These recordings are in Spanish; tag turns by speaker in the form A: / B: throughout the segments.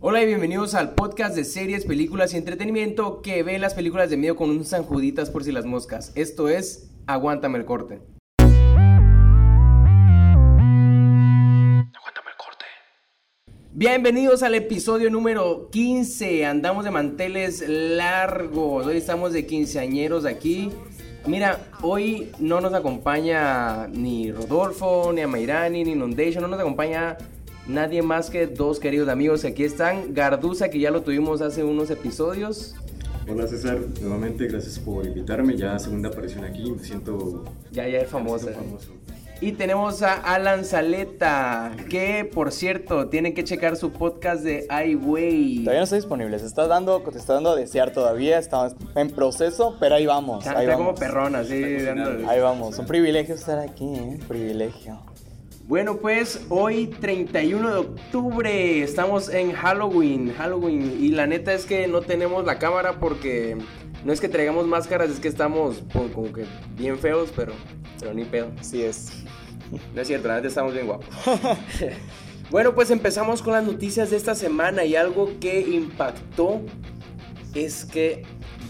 A: Hola y bienvenidos al podcast de series, películas y entretenimiento que ve las películas de miedo con un sanjuditas por si las moscas. Esto es Aguántame el corte.
B: Aguántame el corte.
A: Bienvenidos al episodio número 15. Andamos de manteles largos. Hoy estamos de quinceañeros aquí. Mira, hoy no nos acompaña ni Rodolfo, ni Amairani, ni Inundation. No nos acompaña nadie más que dos queridos amigos que aquí están. Garduza, que ya lo tuvimos hace unos episodios.
C: Hola César, nuevamente gracias por invitarme, ya segunda aparición aquí, me siento
A: Ya, ya es famosa.
C: me siento famoso.
A: Y tenemos a Alan Saleta, que por cierto, tienen que checar su podcast de Ai Weiwei.
D: Todavía no está disponible, se está dando, te está dando a desear todavía, está en proceso, pero ahí vamos.
A: Está,
D: ahí
A: está como
D: vamos.
A: perrón, así.
C: cocinando.
A: dando-
D: Ahí vamos, un privilegio estar aquí, ¿eh? privilegio.
A: Bueno, pues hoy 31 de octubre estamos en Halloween, Halloween y la neta es que no tenemos la cámara porque no es que traigamos máscaras, es que estamos po- como que bien feos, pero pero ni pedo.
D: Así es.
A: No es cierto, la neta estamos bien guapos. bueno, pues empezamos con las noticias de esta semana y algo que impactó es que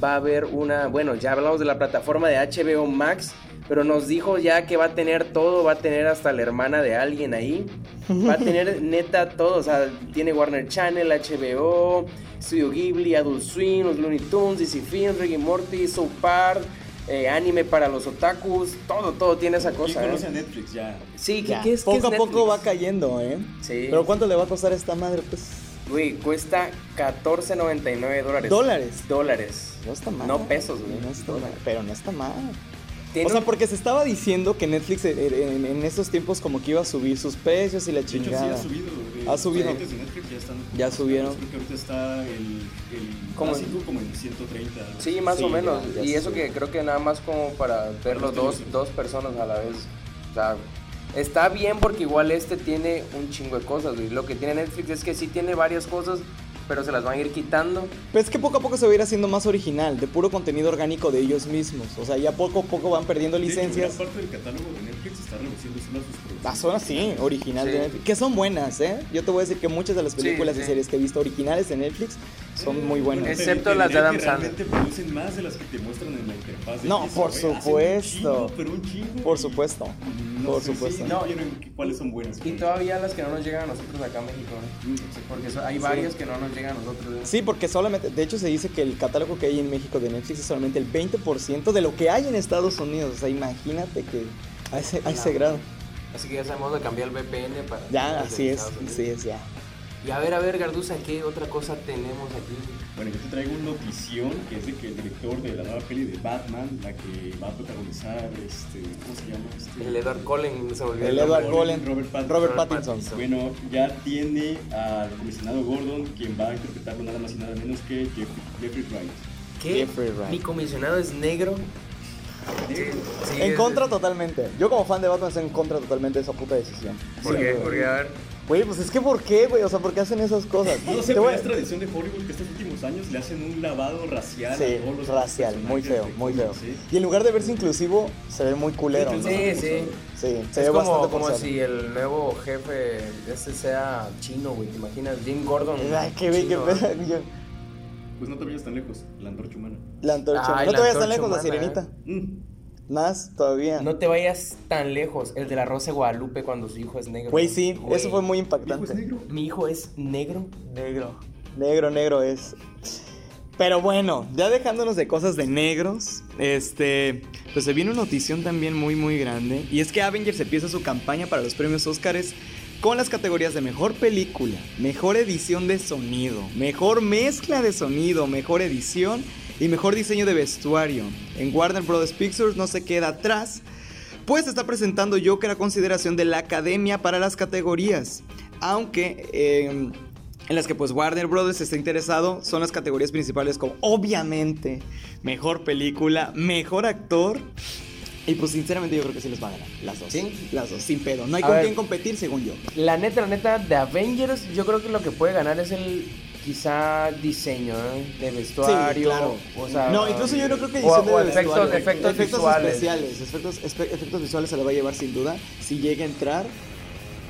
A: va a haber una, bueno, ya hablamos de la plataforma de HBO Max, pero nos dijo ya que va a tener todo, va a tener hasta la hermana de alguien ahí, va a tener neta todo, o sea, tiene Warner Channel, HBO, Studio Ghibli, Adult Swim, los Looney Tunes, DC Films, Ricky Morty, South Park, eh, anime para los otakus, todo, todo tiene esa cosa. ¿eh?
C: conoce a Netflix ya?
A: Sí, ¿qué,
D: Ya,
A: qué es qué
D: poco
A: es
D: a
A: Netflix?
D: poco va cayendo, ¿eh?
A: Sí.
D: Pero ¿cuánto le va a costar esta madre? Pues
A: Güey, cuesta 14.99 dólares.
D: Dólares.
A: Dólares.
D: no está mal. ¿eh?
A: No pesos, güey.
D: No está mal,
A: Dólares.
D: pero no está mal.
A: Tiene
D: O sea,
A: un-
D: porque se estaba diciendo que Netflix en, en- en esos tiempos como que iba a subir sus precios y la
C: De hecho sí
D: chingada.
C: ha subido. eh,
D: Ha subido.
C: Los clientes de Netflix ya están.
D: Ya subieron.
C: Creo que ahorita está el, el
A: Como-
C: básico como en 130. algo así.
A: Sí, más
D: Sí,
A: o menos.
D: ya, ya
A: y
D: sí.
A: eso que creo que nada más como para verlo
C: Este
A: dos,
C: no sé.
A: dos personas a la vez. O sea, está bien porque igual este tiene un chingo de cosas, güey. Lo que tiene Netflix es que sí tiene varias cosas, pero se las van a ir quitando.
D: Pero es que poco a poco se va a ir haciendo más original, de puro contenido orgánico de ellos mismos. O sea, ya poco a poco van perdiendo
C: De hecho,
D: licencias.
C: Una parte del catálogo de Netflix está reduciendo solo a sus producciones.
D: Ah, son así, original
A: Sí.
D: de Netflix. Que son buenas, ¿eh? Yo te voy a decir que muchas de las
A: Sí,
D: películas
A: sí. Mm,
D: y series que he visto originales de Netflix son muy buenas.
A: Es-
C: Te
A: Excepto las de
C: diré
A: Adam
C: que
A: Sandler.
C: Realmente producen más de las que te muestran en la interfaz. de
D: No,
C: Netflix,
D: por
C: güey. Hacen un
D: supuesto.
C: chingo, pero un chingo.
D: Por
C: y-
D: supuesto.
C: No
D: por
C: sé, sí,
D: supuesto.
C: no vieron que- cuáles son buenas.
A: Y
C: güey.
A: todavía las que no nos llegan a nosotros acá a México, ¿eh?
C: Mm,
A: Porque so- hay varias que no nos llegan a nosotros. ¿eh?
D: Sí, porque solamente, de hecho se dice que el catálogo que hay en México de Netflix es solamente el 20% de lo que hay en Estados Unidos. O sea, imagínate que a ese, a ese
A: No.
D: grado.
A: Así que ya sabemos de cambiar el VPN para.
D: Ya,
A: para
D: así es,
A: Estados Unidos.
D: así es, ya.
A: Y a ver, a ver, Garduza, ¿qué otra cosa tenemos aquí?
C: Bueno, yo te traigo una notición que es de que el director de la nueva peli de Batman, la que va a protagonizar, este, ¿cómo se llama? Este?
A: El Edward Cullen se volvió.
D: El
C: Edward
D: Edward
C: Cullen,
D: Cullen,
C: Robert Pattinson.
D: Robert
A: Robert
D: Pattinson.
A: Pattinson.
C: Bueno, ya tiene al comisionado Gordon, quien va a interpretarlo nada más y nada menos que Jeffrey, Jeffrey Wright.
A: ¿Qué?
D: Jeffrey Wright.
A: Mi comisionado es negro. Sí,
D: En
A: es-
D: contra totalmente. Yo como fan de Batman estoy en contra totalmente de esa puta decisión.
A: ¿Por
D: Sí,
A: qué?
D: güey.
A: Porque, a ver.
D: Güey, pues es que ¿por qué, güey? O sea, ¿por qué hacen esas cosas?
C: No sé,
D: Te
C: pero
D: voy-
C: es tradición de Hollywood que estos últimos años le hacen un lavado racial
D: Sí,
C: a todos los
D: racial, muy
C: personajes
D: feo,
C: de
D: muy feo.
C: Hollywood, ¿sí?
D: Y en lugar de verse inclusivo, se ve muy culero. ¿no?
A: Sí, sí.
D: Sí, se
A: es
D: ve
A: como,
D: bastante
A: como
D: forzado.
A: si el nuevo jefe ese sea chino, güey. ¿Te imaginas? Jim Gordon.
D: Ay, qué bien, qué
A: chino, ¿eh?
D: pedo. yo-
C: Pues no te vayas tan lejos, la antorcha humana.
D: La antorcha.
A: Ay,
D: no
A: la
D: te vayas tan
A: antorcha
D: lejos, la
A: humana,
D: sirenita.
A: ¿eh?
C: Mm.
D: Más todavía.
A: No te vayas tan lejos. El de la Rosa de Guadalupe cuando su hijo es negro.
D: Güey, sí,
A: Güey.
D: eso fue muy
C: Dijo, es
D: impactante.
C: negro.
A: Mi hijo es negro.
D: Negro. Negro, negro es. Pero bueno, ya dejándonos de cosas de negros, este, pues se viene una notición también muy muy grande y es que Avengers empieza su campaña para los premios Óscares con las categorías de mejor película, mejor edición de sonido, mejor mezcla de sonido, mejor edición y mejor diseño de vestuario. En Warner Bros. Pictures no se queda atrás pues se está presentando Joker a consideración de la academia para las categorías. Aunque eh, en las que pues Warner Brothers está interesado son las categorías principales como obviamente mejor película, mejor actor. Y pues sinceramente yo creo que sí les va a ganar. Las dos.
A: ¿Sí?
D: Las dos, sin pedo. No hay
A: A
D: con
A: ver.
D: quién competir según yo.
A: La neta, la neta, de Avengers, yo creo que lo que puede ganar es el quizá diseño ¿eh? de vestuario.
D: claro.
A: o sea,
D: no, incluso yo no creo que
A: o-
D: edición de
A: o efectos,
D: vestuario.
A: efectos, visuales.
D: especiales, efectos, espe- efectos visuales se la va a llevar sin duda si llega a entrar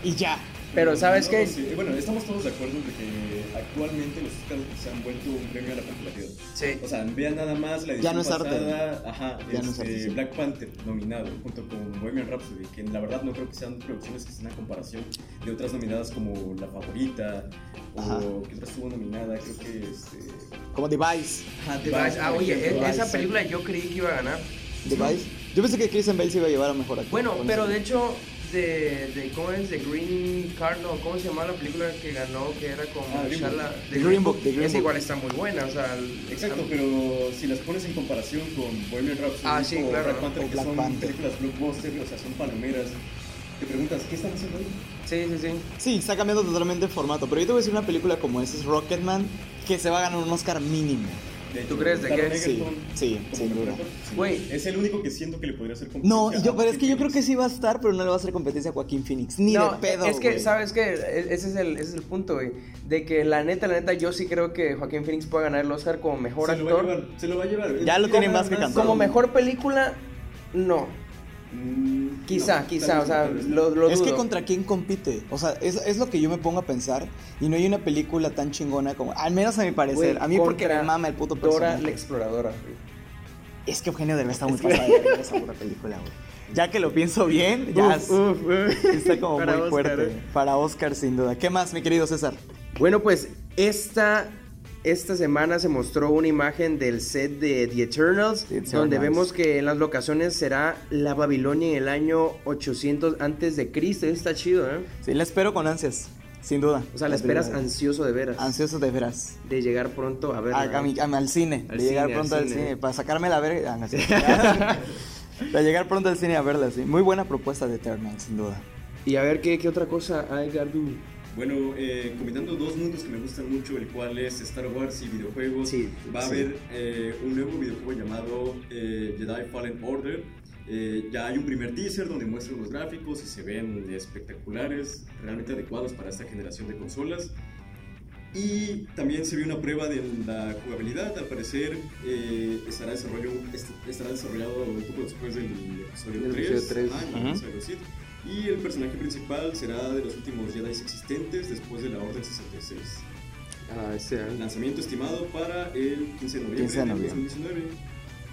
D: y ya.
A: Pero ¿sabes
B: que
A: qué?
B: Bueno, estamos todos de acuerdo de que actualmente los Oscars se han vuelto un premio a la popularidad.
A: Sí.
B: O sea, vean nada más la edición
D: Ya no es arte.
B: pasada, ajá,
D: Ya no es
B: este,
D: arte, sí.
B: Black Panther nominado junto con Bohemian Rhapsody, que la verdad no creo que sean producciones que estén a comparación de otras nominadas como La Favorita
D: Ajá.
B: o que otra estuvo nominada, creo que este
D: Como Device.
B: ajá,
A: Vas-
B: Device,
A: Ah,
B: por
A: oye,
B: ejemplo,
A: e- esa
B: Device.
A: película yo creí que iba a ganar.
D: Device. Yo pensé que Christian Bale se iba a llevar a mejor actor.
A: Bueno,
D: Con
A: pero
D: eso.
A: de hecho, de, de ¿cómo es? De Green Card, no, ¿cómo se llama la película que ganó? Que era con
B: Ah, Green
A: Shala-
B: Book.
A: de
D: Green Book, de Green
A: Esa
D: Book.
A: igual está muy buena, o sea. el-
B: Exacto,
A: está-
B: pero si las pones en comparación con Bohemian Rhapsody
A: Ah, sí,
B: o
A: claro,
B: Black
A: ¿no?
B: Panther,
D: O
B: que
D: Black
B: son
D: Panther.
B: películas blockbuster, o sea, son palomeras, te preguntas, ¿qué están haciendo ahí?
A: Sí, sí, sí.
D: Sí, está cambiando totalmente el formato. Pero yo te voy a decir una película como esa, es Rocketman, que se va a ganar un Oscar mínimo.
B: De
A: ¿Tú crees de
B: Taron
A: qué?
B: Egerton,
D: Sí, sí,
B: como
D: sin
B: mejor
D: duda.
B: actor, sí.
A: Güey.
B: Es el único que siento que le podría hacer
D: No,
B: competencia.
D: y yo,
B: a
D: pero es que yo creo
B: Joaquin
D: que sí va a estar, pero no le va a hacer competencia a Joaquín Phoenix. Ni
A: No,
D: de pedo.
A: Es que,
D: güey.
A: ¿sabes qué? E- Ese es, el, ese es el punto, güey. De que la neta, la neta, yo sí creo que Joaquín Phoenix puede ganar el Oscar como mejor
B: se Lo va a
A: actor.
B: llevar, se lo va a llevar.
D: Ya lo
B: Yo
D: tiene
B: nada
D: más que cantado.
A: Como mejor película, no.
B: Mm,
A: Quizá,
B: no,
A: quizá,
B: tal
A: o sea,
B: vez, tal vez.
A: lo, lo
D: es que
A: dudo.
D: contra quién compite. O sea, es, es lo que yo me pongo a pensar. Y no hay una película tan chingona como. Al menos a mi parecer.
A: Güey,
D: a mí porque
A: contra
D: me mama el puto
A: Dora
D: personaje.
A: la exploradora, güey.
D: Es que Eugenio Derbez está muy pasado de verga esa puta película, güey. Ya que lo pienso bien, ya
A: Uf, uf, uf.
D: está como
A: Para
D: muy
A: Oscar,
D: fuerte.
A: eh.
D: Para Oscar, sin duda. ¿Qué más, mi querido César?
A: Bueno, pues esta, esta semana se mostró una imagen del set de The Eternals,
D: The Eternals.
A: donde vemos que en las locaciones será la Babilonia en el año 800 antes de Cristo. Está chido, ¿eh?
D: Sí, la espero con ansias, sin duda.
A: O sea, la esperas
D: película.
A: ansioso de veras.
D: ansioso de veras.
A: de llegar pronto a verla.
D: A- a mi- a mi- al cine,
A: Al
D: de llegar
A: cine, al
D: pronto al
A: cine.
D: cine, para sacarme la verga. ah, no es cierto. de llegar pronto al cine a verla, sí. Muy buena propuesta de Eternal, sin duda.
A: ¿eh? Y a ver qué, qué otra cosa hay, Gardu.
B: Bueno, eh, combinando dos mundos que me gustan mucho, el cual es Star Wars y videojuegos,
A: Sí,
B: va a
A: sí.
B: haber eh, un nuevo videojuego llamado eh, Jedi Fallen Order. Eh, ya hay un primer teaser donde muestran los gráficos y se ven espectaculares, realmente adecuados para esta generación de consolas. Y también se vio una prueba de la jugabilidad, al parecer eh, estará, desarrollo, est- estará desarrollado un poco después del episodio
A: Del
B: 3.
A: episodio tres.
B: Ah, en el
D: Ajá.
B: episodio siete. Y el personaje principal será de los últimos Jedi existentes después de la Orden 66.
A: Ah, ese.
B: Lanzamiento estimado para el 15 de noviembre,
D: 15 de noviembre.
B: 2019.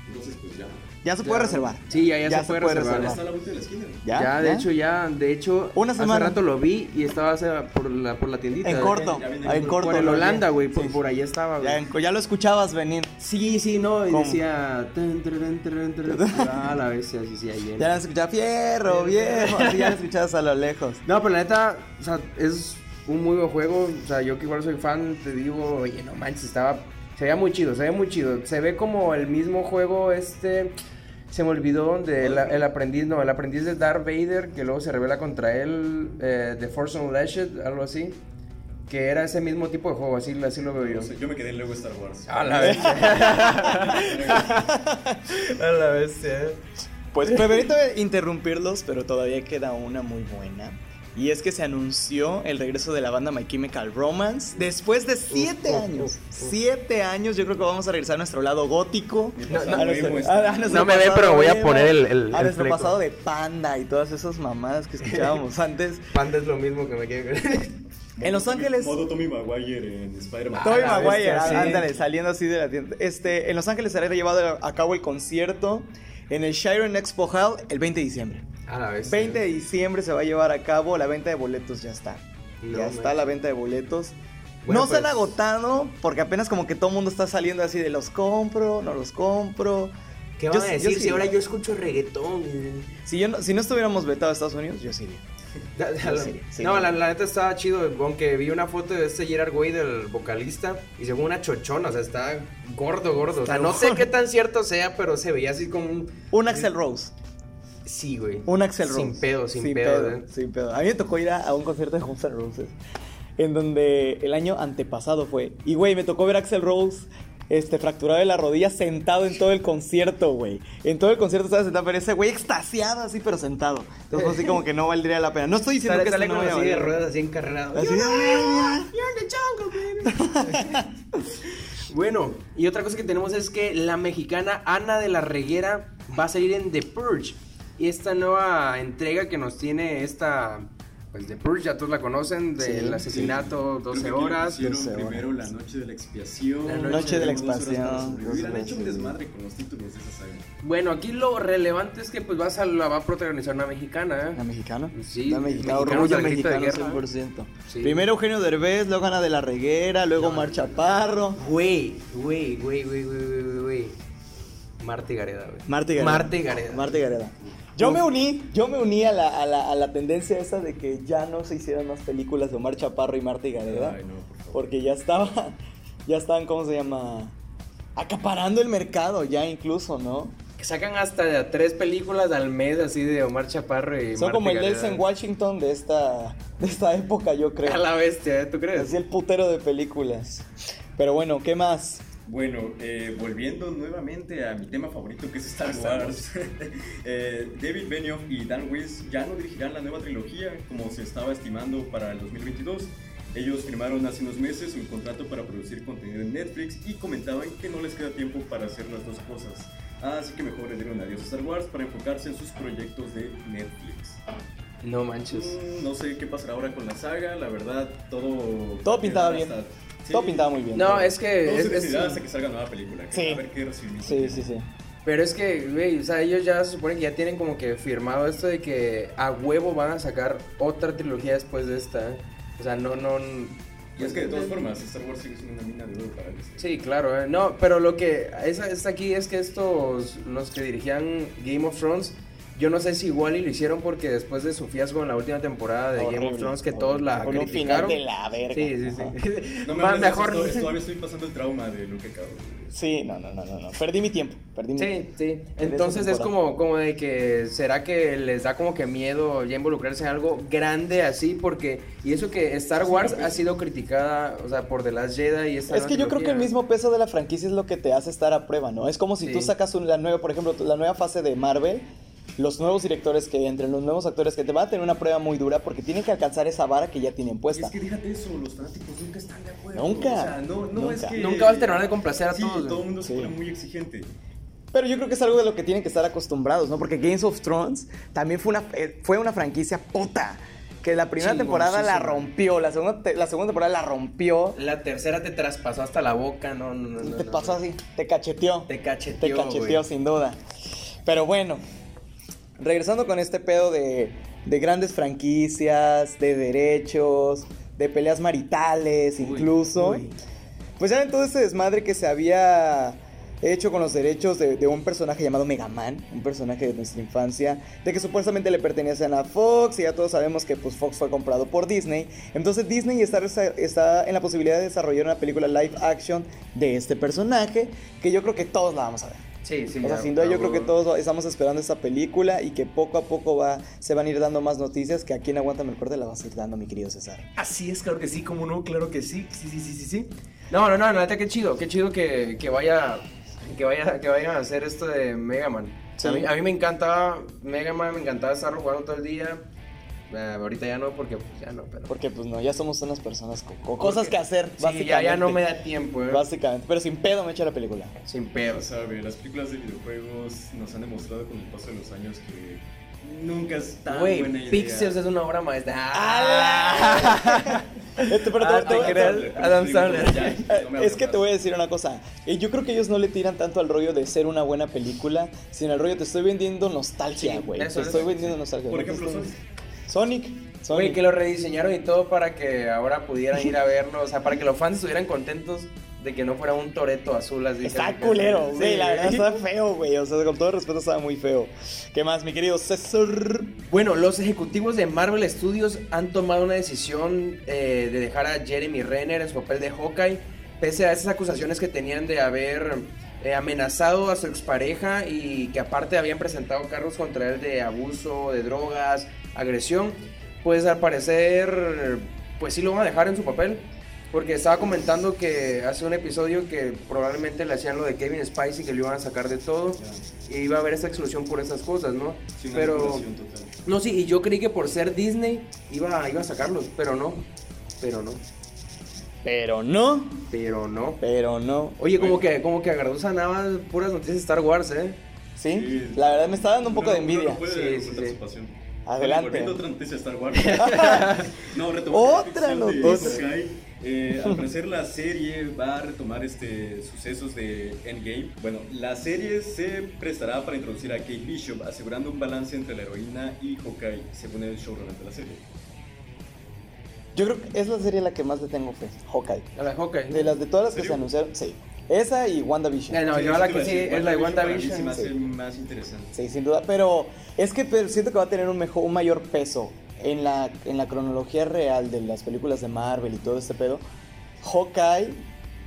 B: Entonces, pues ya.
D: Ya se puede
A: Ya.
D: reservar.
A: Sí, ya- ya se puede reservar.
B: Ya está a la vuelta de la esquina.
A: Ya, de hecho, ya, de hecho,
D: Una
A: hace
D: semana.
A: rato lo vi y estaba hace- por la, por la tiendita.
D: En
A: ¿eh?
D: corto,
B: Ya viene
D: en
B: por-
D: corto.
A: Por el
D: lo vi.
A: Holanda, güey, por,
D: Sí.
A: por ahí estaba,
D: Ya,
A: güey.
D: en- ya lo escuchabas venir.
A: Sí, sí, no, y
D: ¿Cómo?
A: decía... tan, tarán, tarán, tarán. Ah, la bestia, sí, sí, ayer.
D: Ya lo escuchabas, fierro, viejo. Así ya lo escuchabas a lo lejos.
A: No, pero la neta, o sea, es un muy buen juego. O sea, yo que igual soy fan, te digo, oye, no manches, estaba. Se veía muy chido, se ve muy chido. Se ve como el mismo juego este. Se me olvidó donde el, el aprendiz, no, el aprendiz de Darth Vader, que luego se revela contra él, eh, The Force Unleashed, algo así. Que era ese mismo tipo de juego, así, así lo veo yo.
B: No sé, yo me quedé en Lego Star Wars.
A: A la vez.
D: A la bestia. Pues permítame interrumpirlos, pero todavía queda una muy buena. Y es que se anunció el regreso de la banda My Chemical Romance después de siete
A: uf,
D: años.
A: uf, uf.
D: Siete años, yo creo que vamos a regresar a nuestro lado gótico.
B: Mi pasado
D: a nuestro-
B: emo
D: a- a
B: está-
D: nuestro
A: No me ve,
D: pasado
A: pero voy a
D: emo,
A: poner el- el-
D: A
A: el
D: nuestro
A: fleco.
D: pasado de panda y todas esas mamadas que escuchábamos antes.
A: Panda es lo mismo que me quiere
B: Modo
D: en Los
B: Tommy-
D: Ángeles-
B: Modo Tommy Maguire en Spider-Man.
A: Ah,
D: Tobey
A: la
D: Maguire,
A: bestia, sí.
D: ándale, saliendo así de la tienda. Este, en Los Ángeles será llevado a cabo el concierto en el Shiren Expo Hall el 20 de diciembre.
A: A la vez.
D: 20 de diciembre se va a llevar a cabo la venta de boletos, ya está.
A: No
D: ya está
A: manches.
D: la venta de boletos.
A: Bueno,
D: no se han
A: pues-
D: agotado porque apenas como que todo el mundo está saliendo así de los compro, no los compro.
A: ¿Qué
D: Yo
A: van a
D: sí- yo
A: decir
D: sí
A: si ahora
D: iría.
A: yo escucho reggaetón? güey?
D: Si, yo no, si no estuviéramos vetados a Estados Unidos, yo sí iría.
A: Da- da- la-
D: Sí, sí.
A: No, la, la neta estaba chido, aunque vi una foto de este Gerard Way del vocalista y según una chochona, o sea, está gordo, gordo. O sea, no sé qué tan cierto sea, pero se veía así como un...
D: Un Axel Rose.
A: Sí, güey.
D: Un Axel Rose.
A: Sin pedo, sin pedo, eh.
D: Sin pedo. A mí me tocó ir a, a un concierto de Guns N' Roses. En donde el año antepasado fue. Y güey, me tocó ver a Axel Rose. Este, fracturado de la rodilla, sentado en todo el concierto, güey. En todo el concierto estaba sentado, pero ese güey extasiado así, pero sentado. Entonces, fue así como que no valdría la pena. No estoy diciendo
A: Sale,
D: que
A: sale
D: esto no
A: con
D: vaya a
A: así de
D: valer.
A: ruedas, así encarnado.
D: Así, "Ah".
A: Bueno, y otra cosa que tenemos es que la mexicana Ana de la Reguera va a salir en The Purge. Y esta nueva entrega que nos tiene esta pues de Purge, ya todos la conocen, del
D: Sí.
A: asesinato, 12 horas.
D: quiero-
C: Hicieron
D: 12
C: primero la noche de la expiación.
A: La noche de la
C: dos horas para
D: expiación,
C: sobrevivir.
D: dos horas
C: Han Pues, hecho un
D: para
C: desmadre con los títulos de esa saga.
A: Bueno, aquí lo relevante es que pues vas a, la va a protagonizar una mexicana, ¿eh?
D: ¿La mexicana?
A: Sí,
D: La mexicana,
A: mexicanos
D: orgullo
A: al grito de
D: mexicano,
A: guerra.
D: 100%.
A: Sí.
D: Primero Eugenio Derbez, luego Ana de la Reguera, luego Mar Chaparro.
A: Güey, güey, güey, güey, güey, güey, güey, güey. Marta y Gareda, güey.
D: Marta y Gareda.
A: Marta y Gareda.
D: Marta Gareda. Yo me uní, yo me uní a la, a la- a la tendencia esa de que ya no se hicieran más películas de Omar Chaparro y Marta y Gareda.
C: Ay, no, por favor.
D: Porque ya estaba, ya estaban, ¿cómo se llama? Acaparando el mercado ya incluso, ¿no?
A: Que sacan hasta tres películas al mes así de Omar Chaparro y
D: Son
A: Marta
D: como
A: y
D: el
A: Gareda.
D: Nelson Washington de esta, de esta época, yo creo.
A: A la bestia, ¿eh? ¿tú crees?
D: Así el putero de películas. Pero bueno, ¿qué más?
C: Bueno, eh, volviendo nuevamente a mi tema favorito que es Star Wars, Eh, David Benioff y Dan Weiss ya no dirigirán la nueva trilogía como se estaba estimando para el 2022. Ellos firmaron hace unos meses un contrato para producir contenido en Netflix y comentaban que no les queda tiempo para hacer las dos cosas. Así que mejor le dieron adiós a Star Wars para enfocarse en sus proyectos de Netflix.
A: No manches.
C: Mm, No sé qué pasará ahora con la saga, la verdad, todo...
D: Todo pintaba bien.
C: hasta- eh, Sí.
D: Todo pintaba muy bien.
A: No, es que...
C: Todo
A: es-
C: se
A: es-
C: decidirá hasta que salga nueva película. que
D: Sí.
C: A ver qué recibimos.
D: Sí, sí, sí.
A: Pero es que, güey, o sea, ellos ya se supone que ya tienen como que firmado esto de que a huevo van a sacar otra trilogía después de esta. ¿eh? O sea, no, no...
C: Y es que de todas formas, Star Wars sigue siendo una mina de oro para el cine.
A: Sí, claro, ¿eh? no, pero lo que es, es aquí es que estos, los que dirigían Game of Thrones, yo no sé si igual y lo hicieron porque después de su fiasco en la última temporada de Game of
D: Horrible,
A: Thrones que
D: horrible.
A: todos la
D: Con un final
A: criticaron.
D: de la verga.
A: Sí, sí, sí.
D: Ajá.
C: No me
A: Más
C: hables de eso,
A: mejor.
C: todavía- Todavía estoy pasando el trauma de lo que acabo. de decir.
D: Sí, no, no, no, no, no. Perdí mi tiempo. Perdí mi
A: Sí,
D: tiempo.
A: sí.
D: esa
A: Entonces es
D: temporada.
A: como, como de que será que les da como que miedo ya involucrarse en algo grande así porque y eso que Star Wars ha sido criticada, o sea, por The Last Jedi y esta
D: Es que
A: nueva
D: yo creo que el
A: trilogía.
D: mismo peso de la franquicia es lo que te hace estar a prueba, ¿no? Es como si
A: Sí.
D: tú sacas un- la nueva, por ejemplo, la nueva fase de Marvel, los nuevos directores que entren, los nuevos actores que te van a tener una prueba muy dura porque tienen que alcanzar esa vara que ya tienen
C: Y
D: puesta.
C: es que déjate eso, los fanáticos nunca están de acuerdo.
D: Nunca,
C: O sea, no, no
D: nunca.
C: es que.
A: Nunca vas a terminar de complacer a
C: sí,
A: todos,
C: Todo
A: güey.
C: el mundo se
D: Sí.
C: pone muy exigente.
D: Pero yo creo que es algo de lo que tienen que estar acostumbrados, ¿no? Porque Games of Thrones también fue una, eh, fue una franquicia puta. Que la primera temporada la
A: Chingoncísima.
D: rompió, la segunda, te- la segunda temporada la rompió.
A: La tercera te traspasó hasta la boca, no, no, no. no,
D: te
A: no,
D: pasó
A: no.
D: así, te cacheteó.
A: Te cacheteó.
D: Te cacheteó,
A: güey.
D: sin duda. Pero bueno, regresando con este pedo de, de grandes franquicias, de derechos, de peleas maritales,
A: Uy,
D: incluso.
A: uy.
D: Pues ya ven todo ese desmadre que se había hecho con los derechos de, de un personaje llamado Mega Man, un personaje de nuestra infancia, de que supuestamente le pertenecen a Fox y ya todos sabemos que pues Fox fue comprado por Disney. Entonces Disney está, resa- está en la posibilidad de desarrollar una película live action de este personaje que yo creo que todos la vamos a ver.
A: Sí, sí.
D: O
A: ya,
D: sea, sin duda yo
A: por
D: creo que
A: favor.
D: todos estamos esperando esta película y que poco a poco va, se van a ir dando más noticias que aquí en Aguántame el Corte la vas a ir dando, mi querido César.
A: Así es, claro que sí, como no, claro que sí, sí, sí, sí, sí, sí. No, no, no, la neta, qué chido, qué chido que, que vaya, que vaya, que vayan a hacer esto de Mega Man.
D: Sí.
A: A, mí, a mí me encantaba Mega Man, me encantaba estarlo jugando todo el día. Eh, ahorita ya no, porque pues, ya no, pero...
D: Porque pues no, ya somos unas personas con, con cosas
A: Porque-
D: que hacer,
A: Sí,
D: básicamente.
A: ya, ya no me da tiempo, eh.
D: Básicamente, pero sin pedo me echa la película.
A: Sin
C: O
A: pedos.
C: sea, las películas de videojuegos nos han demostrado con el paso de los años que nunca es tan buena
A: Güey,
C: idea.
A: Pixels es una obra maestra.
D: Este, pero
A: Ah,
D: te-
A: te
D: te-
A: creas. Adam Sandler.
C: Ya, no me
D: Eh, Es que
C: hables
D: te voy
C: más.
D: a decir una cosa. Y yo creo que ellos no le tiran tanto al rollo de ser una buena película, sino al rollo te estoy vendiendo nostalgia,
A: Sí,
D: güey.
A: eso
D: Te
A: es,
D: estoy
A: sí.
D: vendiendo nostalgia.
C: Por
D: no te
C: ejemplo,
D: estoy-
C: Sonic.
D: Sonic. Sonic.
A: Güey, que lo rediseñaron y todo para que ahora pudieran ir a verlo, o sea, para que los fans estuvieran contentos de que no fuera un toreto azul así.
D: Está
A: casi, casi.
D: culero,
A: Sí,
D: güey. la verdad está feo, güey. O sea, con todo respeto estaba muy feo. ¿Qué más, mi querido César?
A: Bueno, los ejecutivos de Marvel Studios han tomado una decisión eh, de dejar a Jeremy Renner en su papel de Hawkeye, pese a esas acusaciones que tenían de haber eh, amenazado a su expareja y que aparte habían presentado cargos contra él de abuso, de drogas, agresión. Pues al parecer, pues sí lo van a dejar en su papel. Porque estaba comentando que hace un episodio que probablemente le hacían lo de Kevin Spacey, que lo iban a sacar de todo. Y iba a haber esa exclusión por esas cosas, ¿no?
C: Sí, una
A: Pero...
C: manipulación total.
A: No, sí, y yo creí que por ser Disney iba, iba a sacarlos, pero no. Pero no.
D: Pero no.
A: Pero no.
D: Pero no.
A: Oye, como que, como que agarró sanaba puras noticias de Star Wars, ¿eh?
D: ¿Sí?
C: Sí.
D: La verdad me está dando un poco
C: Uno
D: de
C: no- uno no
D: envidia.
C: puede
A: Sí, sí,
C: ocultar
A: sí.
C: su pasión.
D: Adelante.
C: Volviendo a otra noticia de Star Wars. no, retomando
D: Otra
C: la ficción de
D: noticia.
C: Hawkeye, eh, al parecer la serie va a retomar este sucesos de Endgame. Bueno, la serie se prestará para introducir a Kate Bishop, asegurando un balance entre la heroína y Hawkeye, según el showrunner de la serie.
D: Yo creo que es la serie a la que más le tengo fe, Hawkeye.
A: A la Hawkeye.
D: De las de todas las que
C: ¿En
D: se
C: serio?
D: anunciaron, sí. Esa y WandaVision.
A: Eh, no, yo
C: eso
A: la
C: te
A: que
C: iba a
A: sí
C: decir,
A: es la de
C: para mí se me
D: WandaVision,
C: hace más interesante.
D: Sí, sin duda, pero es que pero siento que va a tener un mejor, un mayor peso en la, en la cronología real de las películas de Marvel y todo este pedo. Hawkeye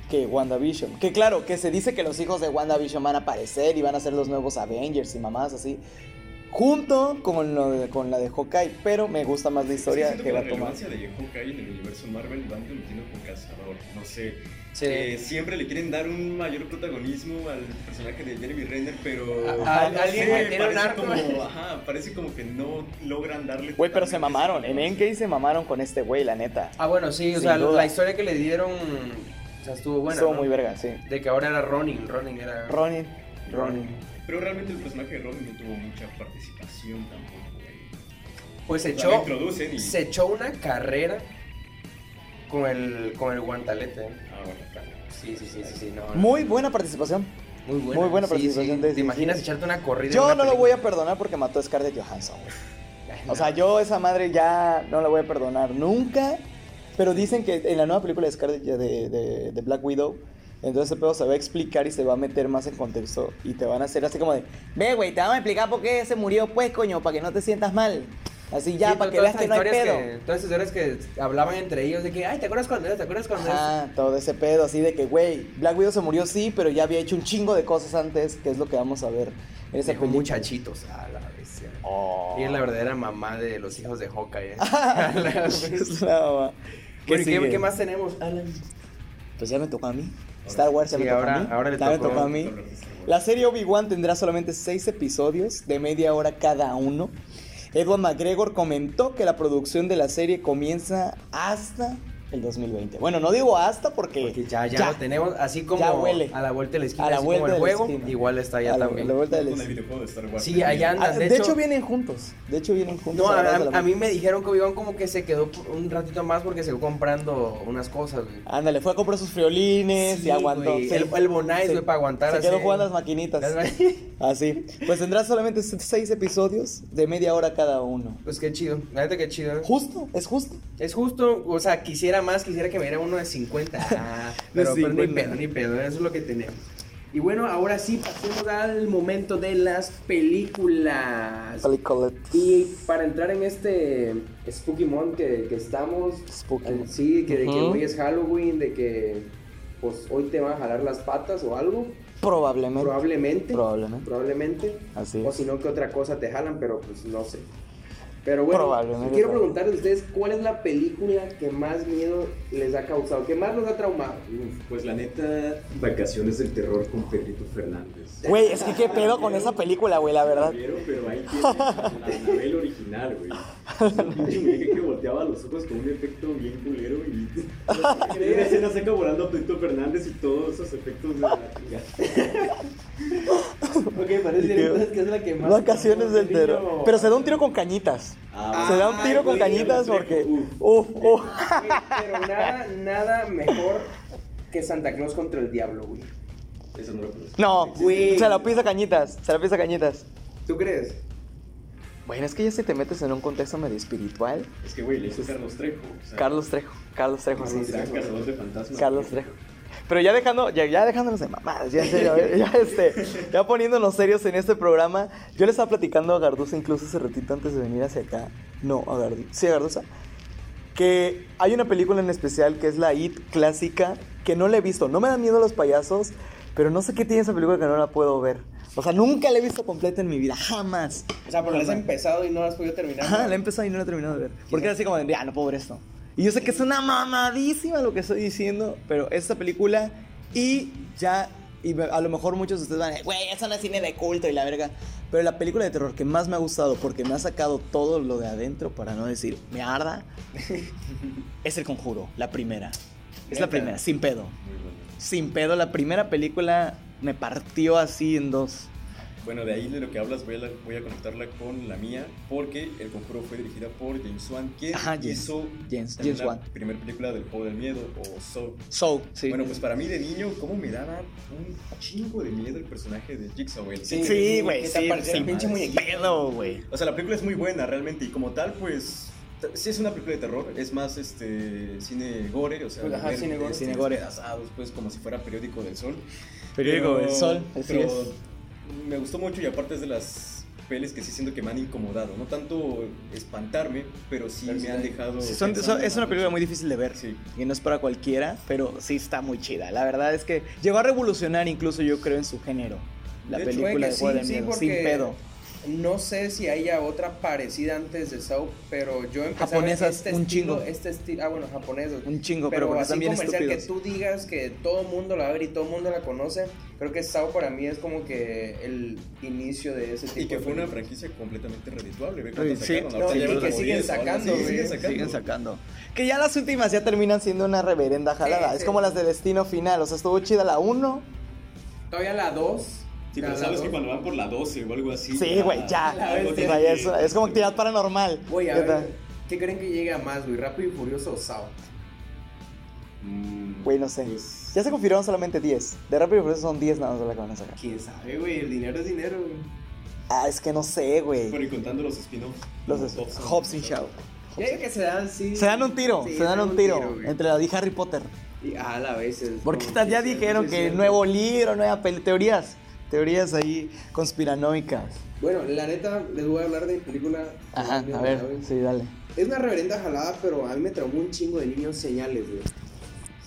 D: que WandaVision. Que claro, que se dice que los hijos de WandaVision van a aparecer y van a ser los nuevos Avengers y mamás así. Junto con, lo de- con la de Hawkeye, pero me gusta más la historia
C: Sí, siento
D: que va
C: la
D: a tomar.
C: relevancia de Hawkeye en el universo Marvel van metiendo con cazador, no sé.
A: Sí.
C: Eh, siempre le quieren dar un mayor protagonismo al personaje de Jeremy Renner, pero
A: A- a-
C: no
A: alguien
C: sé,
A: que tiene un
C: parece
A: arco.
C: como, ajá, parece como que no logran darle
D: Güey, pero se
C: totalmente
D: mamaron.
C: ese
D: En
C: balance.
D: Endgame se mamaron con este güey, la neta.
A: Ah, bueno, sí, o
D: Sin
A: sea,
D: duda.
A: la historia que le dieron o sea, estuvo buena.
D: Estuvo
A: ¿no?
D: muy verga, sí.
A: De que ahora era Ronin, Ronin era.
D: Ronin.
A: Ronin.
C: Pero realmente el personaje de Robin no tuvo mucha participación tampoco. güey.
A: Pues se
C: La
A: echó,
C: introducen y-
A: se echó una carrera con el, con el guantalete. ¿eh?
C: Ah, bueno, claro.
A: Sí, sí, sí, sí, sí, no, no.
D: Muy buena participación.
A: muy buena.
D: muy buena
A: Sí,
D: participación
A: sí.
D: de-
A: ¿Te imaginas echarte una corrida?
D: Yo no lo voy a perdonar porque mató a Scarlett Johansson. güey. O sea, yo esa madre ya no la voy a perdonar nunca. Pero dicen que en la nueva película de Scarlett de, de- de Black Widow, entonces ese pedo se va a explicar y se va a meter más en contexto. Y te van a hacer así como de, ve, güey, te vamos a explicar por qué se murió, pues, coño, para que no te sientas mal. Así ya, para que veas que no hay pedo.
A: todas esas historias que hablaban entre ellos de que, ay, ¿te acuerdas cuando era? ¿Te acuerdas cuando era?
D: Ajá, todo ese pedo así de que, güey, Black Widow se murió, sí, pero ya había hecho un chingo de cosas antes, que es lo que vamos a ver en esa Oh.
A: Dejó
D: película.
A: muchachitos a la vez. ¿eh? Y es la verdadera mamá de los hijos de Hawkeye. ¿eh?
D: Es la mamá.
A: Bueno, ¿y ¿Qué,
D: sigue?
A: qué más tenemos, Ah, Alan?
D: Pues ya me tocó a mí. Star Wars ya
A: Sí,
D: me tocó
A: ahora-
D: a mí.
A: ahora le
D: Ya me
A: tocó-
D: tocó a mí.
C: Hablar de Star Wars.
D: La serie Obi-Wan tendrá solamente seis episodios de media hora cada uno. Edward McGregor comentó que la producción de la serie comienza hasta el 2020. Bueno, no digo hasta porque,
A: Porque ya, ya, lo tenemos, así como
D: Ya huele.
A: a la vuelta de la esquina,
D: A la
A: así
D: vuelta
A: como el
D: de la
A: juego,
D: esquina.
A: igual está
D: A
A: allá
D: la-
A: también.
D: la vuelta de la
C: Con el
D: esquina.
C: videojuego de Star Wars.
A: Sí, allá
D: Ah,
A: andan.
D: de,
A: De,
D: hecho, vienen juntos. De hecho vienen juntos.
A: No, a,
D: abrazo la
A: a- a mí
D: mano.
A: me dijeron que Obi-Wan como que se quedó por un ratito más porque se fue comprando unas cosas, güey.
D: Ándale, fue a comprar sus violines
A: Sí,
D: y aguantó.
A: güey,
D: sí.
A: El, el Bonais,
D: Sí.
A: güey, para aguantar
D: Se
A: así.
D: quedó jugando las maquinitas.
A: Las ma-
D: Así. Pues tendrá solamente se- seis episodios de media hora cada uno.
A: Pues qué chido, la neta qué chido. ¿eh?
D: Justo, es justo.
A: Es justo, o sea, quisiera más, quisiera que me diera uno de 50. Ah, pero,
D: De
A: pero ni
D: 50.
A: pedo, ni pedo, eso es lo que tenemos. Y bueno, ahora sí, pasemos al momento de las películas. Y para entrar en este Spooky Month que, que estamos,
D: Spooky
A: eh,
D: Month.
A: sí, que, de que
D: Ujú.
A: hoy es Halloween, de que pues hoy te van a jalar las patas o algo,
D: Probablemente.
A: probablemente.
D: Probablemente.
A: Probablemente.
D: Así
A: O
D: es.
A: si no, que otra cosa te jalan, pero pues no sé. Pero bueno,
D: Probablemente,
A: quiero
D: probablemente.
A: preguntarles a ustedes cuál es la película que más miedo les ha causado, que más los ha traumado.
C: Uf, Pues la neta, Vacaciones del Terror con Pedrito Fernández.
D: Güey, es que qué pedo con esa película, güey, la verdad.
C: Pero, pero ahí tiene la novela original, güey. Es un pinche muñeca que volteaba los ojos con un efecto bien culero y. En una escena saca volando a Pedrito Fernández y todos esos efectos de la chingada.
A: Ok,
D: Y que- entonces
A: que es la que
D: Vacaciones del terror. Pero se da un tiro con cañitas.
C: Ah,
D: se da un tiro con
C: güey,
D: cañitas
C: el
D: porque.
C: reflejo,
D: Uf, uf.
A: Pero nada, nada mejor que Santa Claus contra el diablo, güey.
C: uf. Eso no lo conozco.
D: No,
A: Güey.
D: se la pisa cañitas. Se la pisa cañitas.
A: ¿Tú crees?
D: Bueno, es que ya si te metes en un contexto medio espiritual.
C: Es que, güey, le hizo Carlos Trejo. o sea,
D: Carlos Trejo. Carlos Trejo, sí.
C: Carlos Trejo, Cazador de fantasmas.
D: Carlos Trejo. Pero ya dejando, ya, ya dejándonos de mamadas, ya en serio, eh, ya, este, ya poniéndonos serios en este programa. Yo le estaba platicando a Garduza incluso hace ratito antes de venir hacia acá. No, a Garduza. Sí, a Garduza. Que hay una película en especial que es la IT clásica que no la he visto. No me dan miedo los payasos, pero no sé qué tiene esa película que no la puedo ver. O sea, nunca la he visto completa en mi vida, jamás.
A: O sea, porque has
D: Jamás.
A: empezado y no has podido terminar.
D: Ajá, la he empezado y no la he terminado de ver. Porque era así como de, ah, no puedo ver esto. Y yo sé que es una mamadísima lo que estoy diciendo, pero esta película y ya, y me- a lo mejor muchos de ustedes van a decir, güey, eso no es cine de culto y la verga. Pero la película de terror que más me ha gustado, porque me ha sacado todo lo de adentro, para no decir, me arda, es El Conjuro, la primera. Es la
A: Neta.
D: primera, sin pedo.
C: Muy bueno.
D: Sin pedo, la primera película me partió así en dos.
C: Bueno, de ahí de lo que hablas voy a, voy a conectarla con la mía, porque El Conjuro fue dirigida por James Wan, quien
D: Ajá, James.
C: hizo
D: James,
C: también
D: James
C: la
D: Wan.
C: primera película del Juego del Miedo, o Saw.
D: So, sí.
C: Bueno, pues para mí de niño, ¿cómo me daba un chingo de miedo el personaje de Jigsaw? el
A: Sí,
D: sí, güey,
A: que
D: sí,
A: se aparecía el
D: sin
A: pinche muñequito.
D: pedo, güey.
C: O sea, la película es muy buena realmente y como tal, pues t- sí es una película de terror, es más este cine gore, o sea,
A: Pues, ajá,
C: ver
A: cine gore.
C: este,
D: Cine gore.
C: despedazados, pues como si fuera periódico del sol.
D: Periódico del Sol, así
C: pero
D: es.
C: Me gustó mucho y aparte es de las pelis que sí siento que me han incomodado, no tanto espantarme, pero sí
A: Pero sí,
C: me han
A: sí.
C: dejado
D: Sí, son-
C: pensando
D: son- es una película muy difícil de ver.
C: Sí.
D: Y no es para cualquiera, pero sí está muy chida. La verdad es que llegó a revolucionar incluso, yo creo, en su género. La
C: De hecho,
A: puede
D: película
A: que
D: de Juego
A: sí,
D: del
A: sí,
D: Miedo,
A: porque
D: sin pedo.
A: No sé si haya otra parecida antes de Saw, pero yo empecé a ver
D: Japonesas,
A: este
D: un
A: estilo-
D: chingo.
A: Este estilo, ah, bueno, japonesas.
D: Un chingo,
A: pero
D: pero, porque
A: así
D: están bien
A: comercial
D: estúpidos.
A: que tú digas que todo mundo la va a ver y todo mundo la conoce, creo que Saw para mí es como que el inicio de ese tipo
C: Y que
A: de
C: fue una
A: películas.
C: franquicia completamente redituable, ve
D: Sí,
C: cuántas
D: sí.
C: sacaron,
D: No,
C: ahorita
D: y
C: llevan
D: que
C: como
A: siguen
C: 10 o algo así,
A: sacando, güey.
C: siguen sacando.
D: Siguen sacando. Que ya las últimas ya terminan siendo una reverenda jalada.
A: Sí,
D: es
A: sí.
D: como las de Destino Final. O sea, estuvo chida la 1.
A: Todavía la 2.
C: Sí, pero sabes que cuando van por la 12 o algo así.
D: Sí, güey, ya.
A: la
D: O sea,
A: bestia.
D: ya es, es como actividad paranormal.
A: Güey, a
D: Ya
A: ver,
D: está.
A: ¿qué creen que llegue a más, güey? ¿Rápido y Furioso o Saw?
C: Mm,
D: Güey, no sé.
C: pues,
D: Ya se confirmaron solamente 10. De Rápido y Furioso son 10 nada más de la que van a sacar.
A: ¿Quién sabe, güey? El dinero es dinero, güey.
D: Ah, es que no sé,
C: Pero
D: güey.
C: y contando los spin-offs.
D: Los
C: como Hobbs and
D: Hobbs and Shaw.
A: Ya digo que se dan, sí.
D: Se dan un tiro,
A: Sí,
D: se dan un tiro.
A: güey.
D: entre la y Harry Potter.
A: Y a la vez. es
D: Porque
A: como
D: estas
A: que
D: ya
A: sí,
D: dijeron
A: sí,
D: que
A: sí.
D: nuevo libro, nueva peli. Teorías. Teorías ahí conspiranoicas.
A: Bueno, la neta, les voy a hablar de mi película.
D: Ajá, a ver. Sí, dale.
A: Es una reverenda jalada, pero a mí me traumó un chingo de niños señales, güey.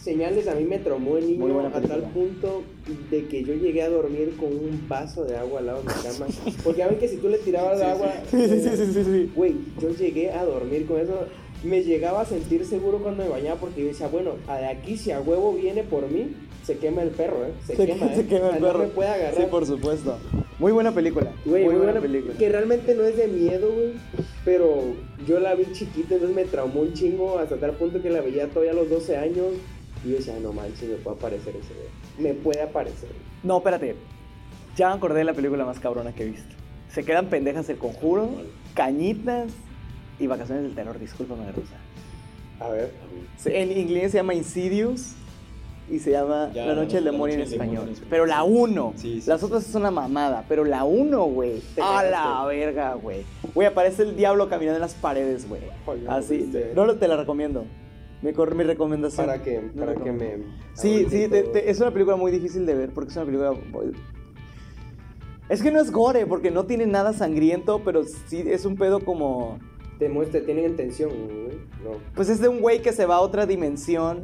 A: Señales a mí me traumó el
D: Muy
A: niño
D: buena
A: a tal
D: película.
A: punto de que yo llegué a dormir con un vaso de agua al lado de mi cama. Porque ya ven que si tú le tirabas
C: Sí, sí.
A: agua.
D: Sí, sí,
A: eh,
D: sí, sí, sí. sí.
A: Güey, yo llegué a dormir con eso. Me llegaba a sentir seguro cuando me bañaba porque yo decía, bueno, a de aquí si a huevo viene por mí, se quema el perro, ¿eh? Se,
D: Se,
A: quema, ¿eh?
D: se quema
A: O sea,
D: el perro.
A: No me puede agarrar.
D: Sí, por supuesto. Muy buena película.
A: Güey,
D: muy
A: muy
D: buena,
A: buena-
D: película.
A: Que realmente no es de miedo, güey. Pero yo la vi chiquita, entonces me traumó un chingo hasta tal punto que la veía todavía a los 12 años. Y yo decía, no manches, me puede aparecer ese, güey. Me puede aparecer.
D: No, espérate. Ya me acordé de la película más cabrona que he visto. Se quedan pendejas el conjuro, cañitas y vacaciones del terror. Discúlpame la risa.
A: A ver.
D: Se- En inglés se llama Insidious y se llama
C: Ya,
D: La Noche del
C: La
D: Demonio en
C: Noche del Demonio
D: español.
C: en español.
D: Pero la 1,
C: Sí, sí,
D: las
C: sí.
D: otras es una mamada, pero la 1, güey.
A: Te
D: A la
A: cagaste.
D: verga, güey. Güey, aparece el diablo caminando en las paredes, güey.
A: Oye,
D: Así.
A: viste.
D: No lo- te la recomiendo. Me corre mi recomendación.
A: Para que,
D: No
A: para
D: lo
A: que me.
D: recomiendo. Sí, sí, te-
A: todo.
D: te- es una película muy difícil de ver porque es una película... Es que no es gore, porque no tiene nada sangriento, pero sí es un pedo como...
A: Te muestra, tienen tensión, güey. No.
D: Pues es de un güey que se va a otra dimensión,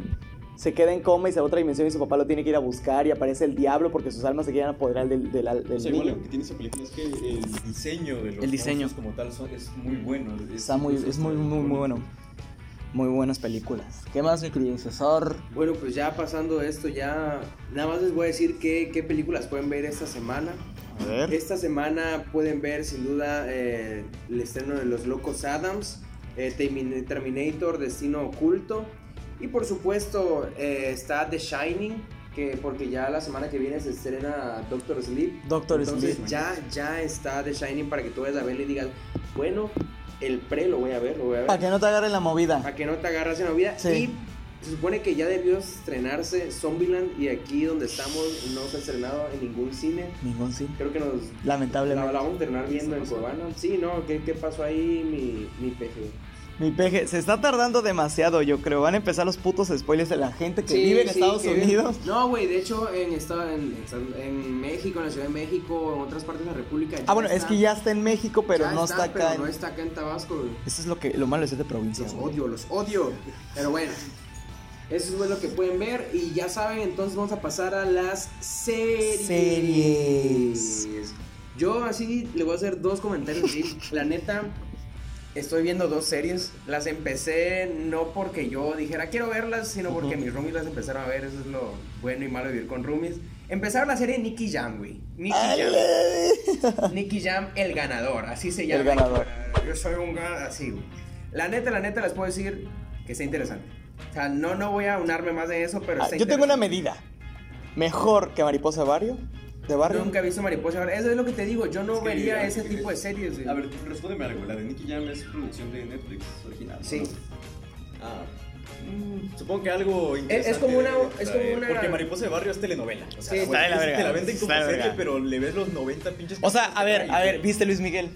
D: se queda en coma y se va a otra dimensión y su papá lo tiene que ir a buscar y aparece el diablo porque sus almas se quieren apoderar del, del, al- del
C: O sea, igual
D: niño.
C: lo que tiene esa película es que el diseño de los
D: El diseño.
C: monstruos como tal son- es muy bueno.
D: Está muy, es muy, muy, muy bueno. Muy buenas películas. ¿Qué más, mi querido César?
A: Bueno, pues ya pasando esto, ya nada más les voy a decir qué, qué películas pueden ver esta semana.
D: A ver.
A: Esta semana pueden ver sin duda eh, el estreno de Los Locos Adams, eh, Termin- Terminator, Destino Oculto y por supuesto eh, está The Shining, que porque ya la semana que viene se estrena Doctor Sleep.
D: Doctor
A: Entonces
D: Sleep.
A: ya, ya está The Shining para que tú vayas a verle y digas, bueno, el pre lo voy a ver, lo voy a ver.
D: Para que no te agarren la movida.
A: Para que no te agarras en la vida.
D: Sí.
A: Y se supone que ya debió estrenarse Zombieland y aquí donde estamos no se ha estrenado en ningún cine.
D: Ningún sí.
A: Creo que nos la,
D: Lamentablemente.
A: la vamos a terminar viendo en Cuevana. Sí, ¿no? ¿Qué, qué pasó ahí, mi, mi peje?
D: Mi peje, se está tardando demasiado, yo creo. Van a empezar los putos spoilers de la gente que
A: Sí,
D: vive en
A: sí,
D: Estados
A: que-
D: Unidos.
A: No, güey, de hecho en, esta- en, en México, en la Ciudad de México, en otras partes de la República.
D: Ah, bueno, es
A: está-
D: que ya está en México, pero
A: ya
D: no está, acá.
A: Pero no
D: en-
A: está acá en Tabasco, güey.
D: Eso es lo que lo malo es de provincias.
A: Los
D: güey.
A: odio, los odio. Pero bueno, eso es lo que pueden ver. Y ya saben, entonces vamos a pasar a las series.
D: Series.
A: Yo así le voy a hacer dos comentarios. ¿sí? La neta, estoy viendo dos series. Las empecé no porque yo dijera quiero verlas, sino porque
D: Ujú.
A: mis roomies las empezaron a ver. Eso es lo bueno y malo de vivir con roomies. Empezaron la serie Nicky Jam, güey. Nicky
D: Ay,
A: Jam.
D: güey.
A: Nicky Jam, el ganador, así se llama.
D: El ganador.
A: Yo soy un ganador, así. güey. La neta, la neta, les puedo decir que está interesante. O sea, no, no voy a unarme más de eso, pero
D: Ah,
A: está
D: yo tengo una
A: interesante.
D: medida. Mejor que Mariposa Barrio, de barrio.
A: Nunca he visto mariposa. de barrio. Eso es lo que te digo. Yo no
C: Es que,
A: vería
C: a-
A: ese
C: es-
A: tipo de series. güey.
C: A ver, respóndeme algo. La de Nicky Jam es producción de Netflix original.
A: Sí.
C: ¿no? Ah. mm, Supongo que algo interesante
A: es como una-
C: de-
A: es como
C: de-
A: una-
C: Porque Mariposa de Barrio es telenovela. O sea,
A: Sí,
D: está de la
C: es-
D: verga.
C: Te la venden como
D: Está de la
C: serie,
D: verga.
C: pero le ves los 90 pinches.
D: O sea, a ver, a ver,
C: vi
D: ¿viste Luis Miguel?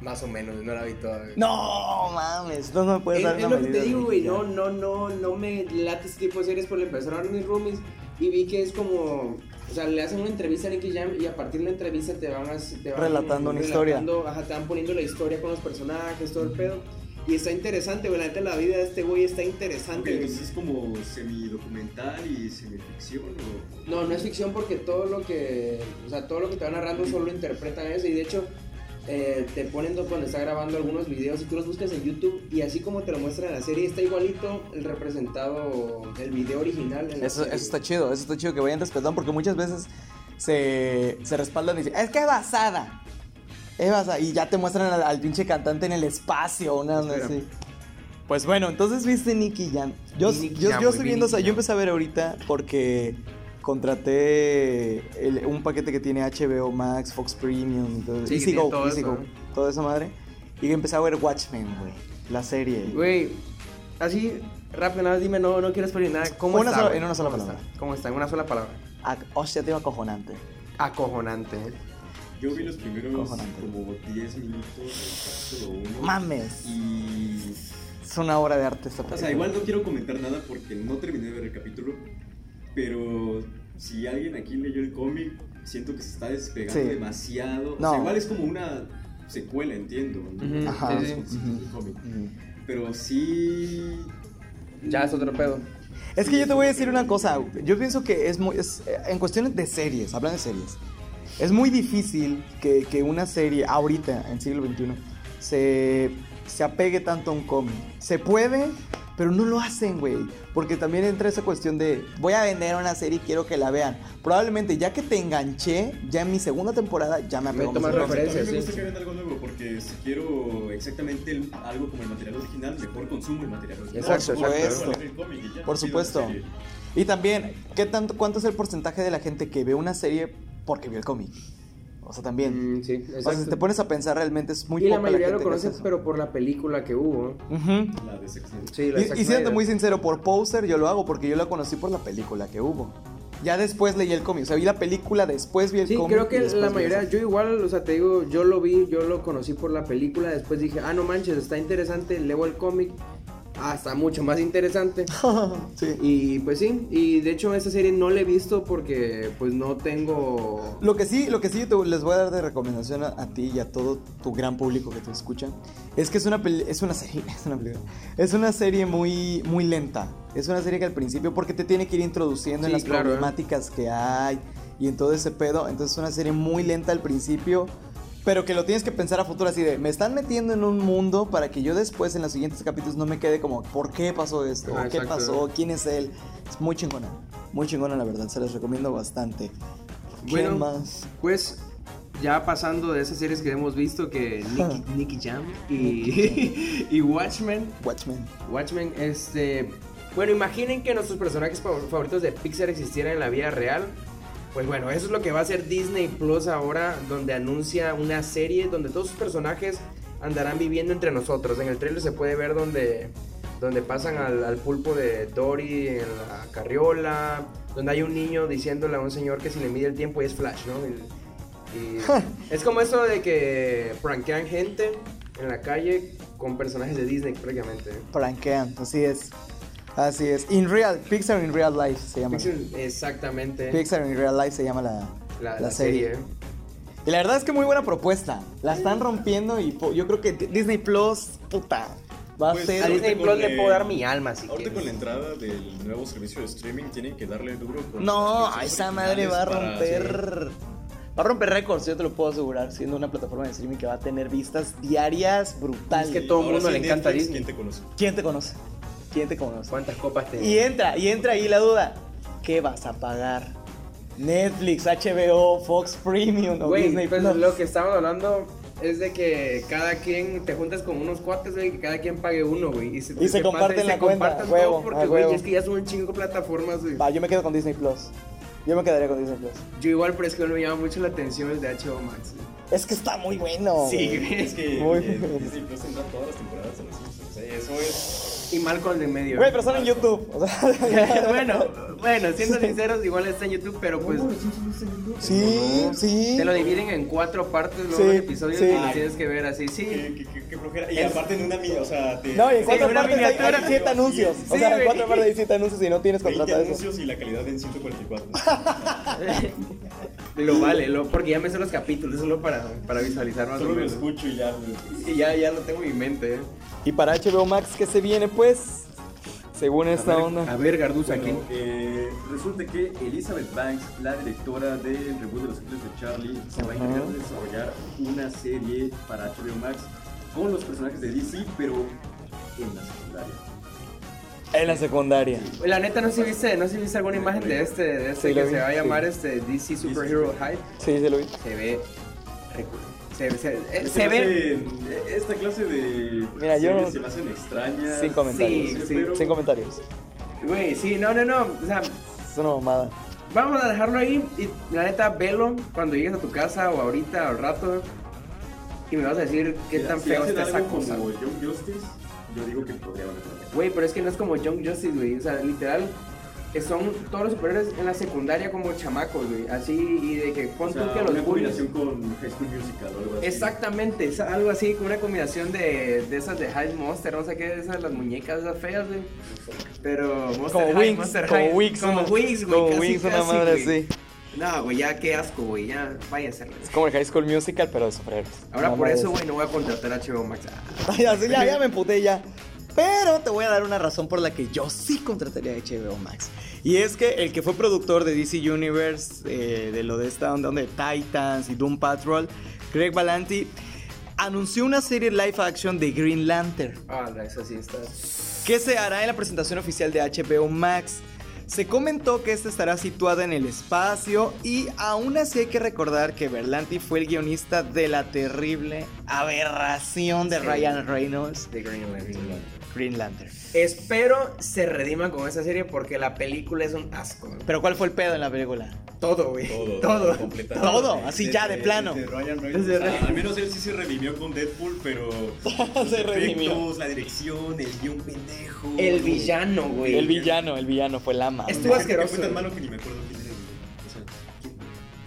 A: Más o menos, no la vi todavía.
D: No mames, no, no me puedes
A: Es,
D: dar
A: es
D: una
A: lo que te
D: medida de
A: digo,
D: Nicky
A: güey.
D: Jam.
A: No, no, no, no me late ese tipo de series por empezar a ver mis roomies. Y vi que es como. O sea, le hacen una entrevista a Nicky Jam y a partir de la entrevista te van, a, te van
D: Relatando una historia.
A: relatando, Ajá, te van poniendo la historia con los personajes, todo el pedo. Y está interesante, güey. La neta, la vida de este güey está interesante. güey.
C: entonces es como semidocumental y semificción. o-
A: No, no es ficción porque todo lo que, o sea, todo lo que te van narrando solo lo interpretan ellos y de hecho eh, te ponen do- cuando está grabando algunos videos y tú los buscas en YouTube y así como te lo muestran en la serie está igualito el representado, el video original. en la
D: Eso,
A: serie.
D: eso está chido, eso está chido que vayan respetando porque muchas veces se, se respaldan y dicen, es que es basada. Es basada. Y ya te muestran al, al pinche cantante en el espacio, una onda
A: Espera.
D: así. Pues bueno, entonces viste Nicky Jam. Yo,
A: Vi Nicky
D: yo,
A: Jam,
D: yo
A: güey,
D: estoy
A: vi
D: viendo, o
A: Nicky
D: sea, yo
A: Jam.
D: empecé a ver ahorita porque contraté el- un paquete que tiene HBO Max, Fox Premium, y todo,
A: Sí, que
D: Easy
A: tiene
D: Go,
A: todo
D: Easy
A: eso,
D: Go,
A: ¿no?
D: toda esa madre. Y empecé a ver Watchmen, güey, la serie.
A: Güey, así rápido, nada más dime, no, no quiero spoiler nada. ¿Cómo
D: Una
A: está?
D: sola-
A: güey?
D: en una sola
A: ¿Cómo
D: palabra.
A: Está? ¿Cómo está? En una sola palabra.
D: Ac- Hostia, tío, oh, acojonante.
A: Acojonante. ¿eh?
C: Yo vi los primeros
D: Cojonante.
C: como 10 minutos del capítulo 1.
D: Mames.
C: Y.
D: Es una obra de arte esta
C: O
D: película.
C: sea, igual no quiero comentar nada porque no terminé de ver el capítulo. Pero si alguien aquí leyó el cómic, siento que se está despegando
D: Sí.
C: demasiado. O
D: No.
C: sea, igual es como una secuela, entiendo.
A: Ujú,
D: Ajá.
A: sí, sí.
C: Sí, sí,
D: Ujú.
C: cómic.
D: Ujú.
C: Pero sí.
A: Ya es otro pedo.
D: Es que yo te voy a decir una cosa. Yo pienso que es muy. es- eh, en cuestiones de series, hablando de series, es muy difícil que, que una serie, ahorita, en siglo XXI, se, se apegue tanto a un cómic. Se puede, pero no lo hacen, güey. Porque también entra esa cuestión de. Voy a vender una serie y quiero que la vean. Probablemente, ya que te enganché, ya en mi segunda temporada, ya me
A: Me
D: apegó. Ah, a mi
A: tomas
D: segunda
C: Pero a mí
A: referencias,
C: me gusta
A: sí.
C: que hagan algo nuevo porque si quiero exactamente el- algo como el material original, mejor consumo el material original.
A: Mm, Exacto,
C: Mejor
D: exacto. Pues,
C: leer el cómic y ya,
D: Por
C: pido la
D: supuesto.
C: serie.
D: Y también, ¿qué tanto, ¿cuánto es el porcentaje de la gente que ve una serie porque vio el cómic? O sea, también.
A: Mm, sí,
D: o sea, si te
A: exacto.
D: pones a pensar, realmente es muy
A: y la
D: poca
A: mayoría
D: gente
A: lo
D: que hace
A: conoce,
D: eso.
A: pero por la película que hubo.
D: Ujú.
C: La de Sex and the City.
A: Sí, la de Zack
D: Y, y siendo
A: Snyder.
D: muy sincero, por Poser yo lo hago porque yo la conocí por la película que hubo. Ya después leí el cómic, o sea, vi la película, después vi el
A: Sí,
D: cómic.
A: creo
D: y
A: que
D: después
A: la
D: vi
A: mayoría,
D: eso.
A: yo igual, o sea, te digo, yo lo vi, yo lo conocí por la película, después dije, ah, no manches, está interesante, leo el cómic, ah, está mucho más interesante.
D: Sí.
A: Y pues sí, y de hecho esa serie no la he visto porque pues no tengo...
D: Lo que sí, lo que sí yo te- les voy a dar de recomendación a, a ti y a todo tu gran público que te escucha es que es una peli- es una serie, es una película. Es una serie muy muy lenta. Es una serie que al principio porque te tiene que ir
A: Sí,
D: introduciendo en las
A: claro, ¿eh?
D: problemáticas que hay y en todo ese pedo, entonces es una serie muy lenta al principio. Pero que lo tienes que pensar a futuro así de, me están metiendo en un mundo para que yo después en los siguientes capítulos no me quede como, ¿por qué pasó esto?
A: Ah,
D: ¿Qué
A: exacto.
D: pasó? ¿Quién es él? Es muy chingona, muy chingona la verdad, se las recomiendo bastante. ¿Qué
A: Bueno,
D: más?
A: Pues ya pasando de esas series que hemos visto, que Nicky, Nicky Jam y, y Watchmen,
D: Watchmen.
A: Watchmen, este... Bueno, imaginen que nuestros personajes fav- favoritos de Pixar existieran en la vida real. Pues bueno, eso es lo que va a hacer Disney Plus ahora, donde anuncia una serie donde todos sus personajes andarán viviendo entre nosotros. En el trailer se puede ver donde, donde pasan al, al pulpo de Dory en la carriola, donde hay un niño diciéndole a un señor que si le mide el tiempo y es Flash, ¿no? El- y es como eso de que prankean gente en la calle con personajes de Disney prácticamente.
D: Prankean, así es. Así es. In real, Pixar in real life se llama.
A: Pixar, exactamente.
D: Pixar in real life se llama la,
A: la,
D: la
A: la
D: serie.
A: serie.
D: Y la verdad es que muy buena propuesta. La están rompiendo y po- yo creo que D- Disney Plus, puta, va a
C: Pues,
A: A
D: ser.
C: ahorita
A: Disney
C: con
A: Plus
C: el-
A: le puedo dar mi alma si
C: Ahorita
A: quieres.
C: con la entrada del nuevo servicio de streaming tienen que darle duro con
D: No,
C: las
D: a
C: cosas
D: esa madre va a
C: originales para-
D: romper. Va a romper récords, yo te lo puedo asegurar, siendo una plataforma de streaming que va a tener vistas diarias brutales.
A: Es que todo
C: Ahora
A: mundo
C: sí,
A: le encanta
C: Netflix,
A: Disney.
C: ¿Quién te conoce?
D: ¿Quién te conoce? ¿Quién te conoce?
A: ¿Cuántas copas te
D: Y entra, y entra ahí la duda. ¿Qué vas a pagar? Netflix, HBO, Fox Premium o
A: Güey,
D: Disney
A: pues
D: Plus.
A: lo que estamos hablando es de que cada quien te juntas con unos cuates, güey, que cada quien pague uno, güey. Y se,
D: Y se
A: pasa-
D: comparten
A: y
D: la cuenta,
A: compartan
D: huevo,
A: todo
D: a
A: porque, güey,
D: huevo.
A: es que ya son un chingo de plataformas, güey.
D: Va, yo me quedo con Disney Plus. Yo me quedaría con Disney Plus.
A: Yo igual, pero es que no me llama mucho la atención el de HBO Max. güey.
D: Es que está muy bueno.
A: Sí,
D: güey.
A: güey.
C: Es que
D: Muy
C: eh,
D: bien.
C: Disney Plus tendrá todas las temporadas de los Simpsons. eh, Eso es.
A: Y Malcolm de medio.
D: Güey, pero están en YouTube. O sea,
A: bueno, bueno, siendo sinceros, igual está en YouTube, pero pues
D: sí, sí.
A: te lo dividen en cuatro partes, luego
D: Sí,
A: los episodios
D: sí.
A: y los tienes que ver así, sí.
C: Qué, qué- qué- qué flojera. Y aparte en una mía, o sea, te.
D: No, y en
A: Sí,
D: cuatro
A: una
D: partes hay- hay,
A: miniatura.
D: siete anuncios. o
A: Sí,
D: sea, en
A: güey.
D: cuatro partes hay siete anuncios y no tienes
C: 20
D: contrato de eso.
C: anuncios y la calidad en 144.
A: Ah, Lo vale, lo, porque ya me sé los capítulos, solo para, para visualizar más o
C: Solo lo
A: menos.
C: escucho y ya.
A: Y ya, ya lo tengo en mi mente, eh.
D: Y para HBO Max, ¿qué se viene, pues? Según esta
A: a ver,
D: onda.
A: A ver, Garduza,
C: Bueno,
A: ¿quién?
C: eh, resulta que Elizabeth Banks, la directora del reboot de Los Ángeles de Charlie, se va a encargar de desarrollar una serie para HBO Max con los personajes de DC, pero en la secundaria.
D: En la secundaria.
A: La neta, no sé si viste, no sé si viste alguna imagen de este, de este
D: Sí, lo
A: que
D: vi,
A: se va a
D: sí.
A: llamar este DC Superhero Hype.
D: Sí, se lo vi.
A: Se ve. recu- Se, se, eh,
C: Me
A: se ve.
C: hace- Esta clase de
D: Mira, yo-
C: series se me hacen extrañas.
D: Sin comentarios.
A: Sí, sí.
C: pero-
D: Sin comentarios.
A: Güey, sí, no, no, no. O sea,
D: Es una mamada.
A: Vamos a dejarlo ahí y la neta, velo cuando llegues a tu casa o ahorita o al rato y me vas a decir qué
C: Mira,
A: tan
C: si
A: feo
C: hacen
A: está esa
C: algo
A: cosa.
C: Como Young Justice, yo digo que podría valer la pena.
A: Güey, pero es que no es como Young Justice, güey. O sea, literal, eh, son todos los superhéroes en la secundaria como chamacos, güey. Así y de que pon
C: O sea,
A: tú que los
C: una
A: bullies.
C: combinación con High School Musical o algo así.
A: Exactamente, es algo así, como una combinación de, de esas de High Monster, no sé qué, de esas las muñecas esas feas, güey. Pero Monster
D: Como
A: High,
D: Wings.
A: Monster
D: Como
A: High,
D: Wings.
A: como
D: una-
A: Wings, güey.
D: Como
A: casi,
D: Wings, una
A: casi,
D: madre
A: güey.
D: así.
A: No, güey, ya qué asco, güey, ya váyanse. güey.
D: Es como el High School Musical, pero de superhéroes.
A: Ahora
D: Una
A: por
D: madre
A: eso,
D: así.
A: güey, no voy a contratar a HBO Max. Ah,
D: Ay, así ya, ya me emputé ya. Pero te voy a dar una razón por la que yo sí contrataría a HBO Max. Y es que el que fue productor de DC Universe, eh, de lo de esta onda onda de Titans y Doom Patrol, Greg Valanti, anunció una serie live action de Green Lantern.
A: Ah, no, eso sí está.
D: que se hará en la presentación oficial de HBO Max. Se comentó que esta estará situada en el espacio y aún así hay que recordar que Berlanti fue el guionista de la terrible aberración de
A: Sí.
D: Ryan Reynolds,
A: De Green Lantern.
D: Green Lantern.
A: Espero se redima con esa serie porque la película es un asco. güey.
D: Pero ¿cuál fue el pedo en la película?
A: Todo, güey.
C: Todo,
A: Todo.
C: completamente.
D: Todo, así ya de
C: Desde-
D: plano.
C: desde Ryan Reynolds.
A: Desde
C: O sea,
A: Ryan-
C: al menos él sí se redimió con Deadpool, pero. los
D: Se redimió.
C: efectos, La dirección, el guión pendejo.
A: El villano, güey.
D: El villano, el villano fue la madre.
A: Estuvo
C: Fue-
A: asqueroso,
C: Fue tan
A: güey.
C: malo que ni me acuerdo quién era. güey. O sea, ¿quién?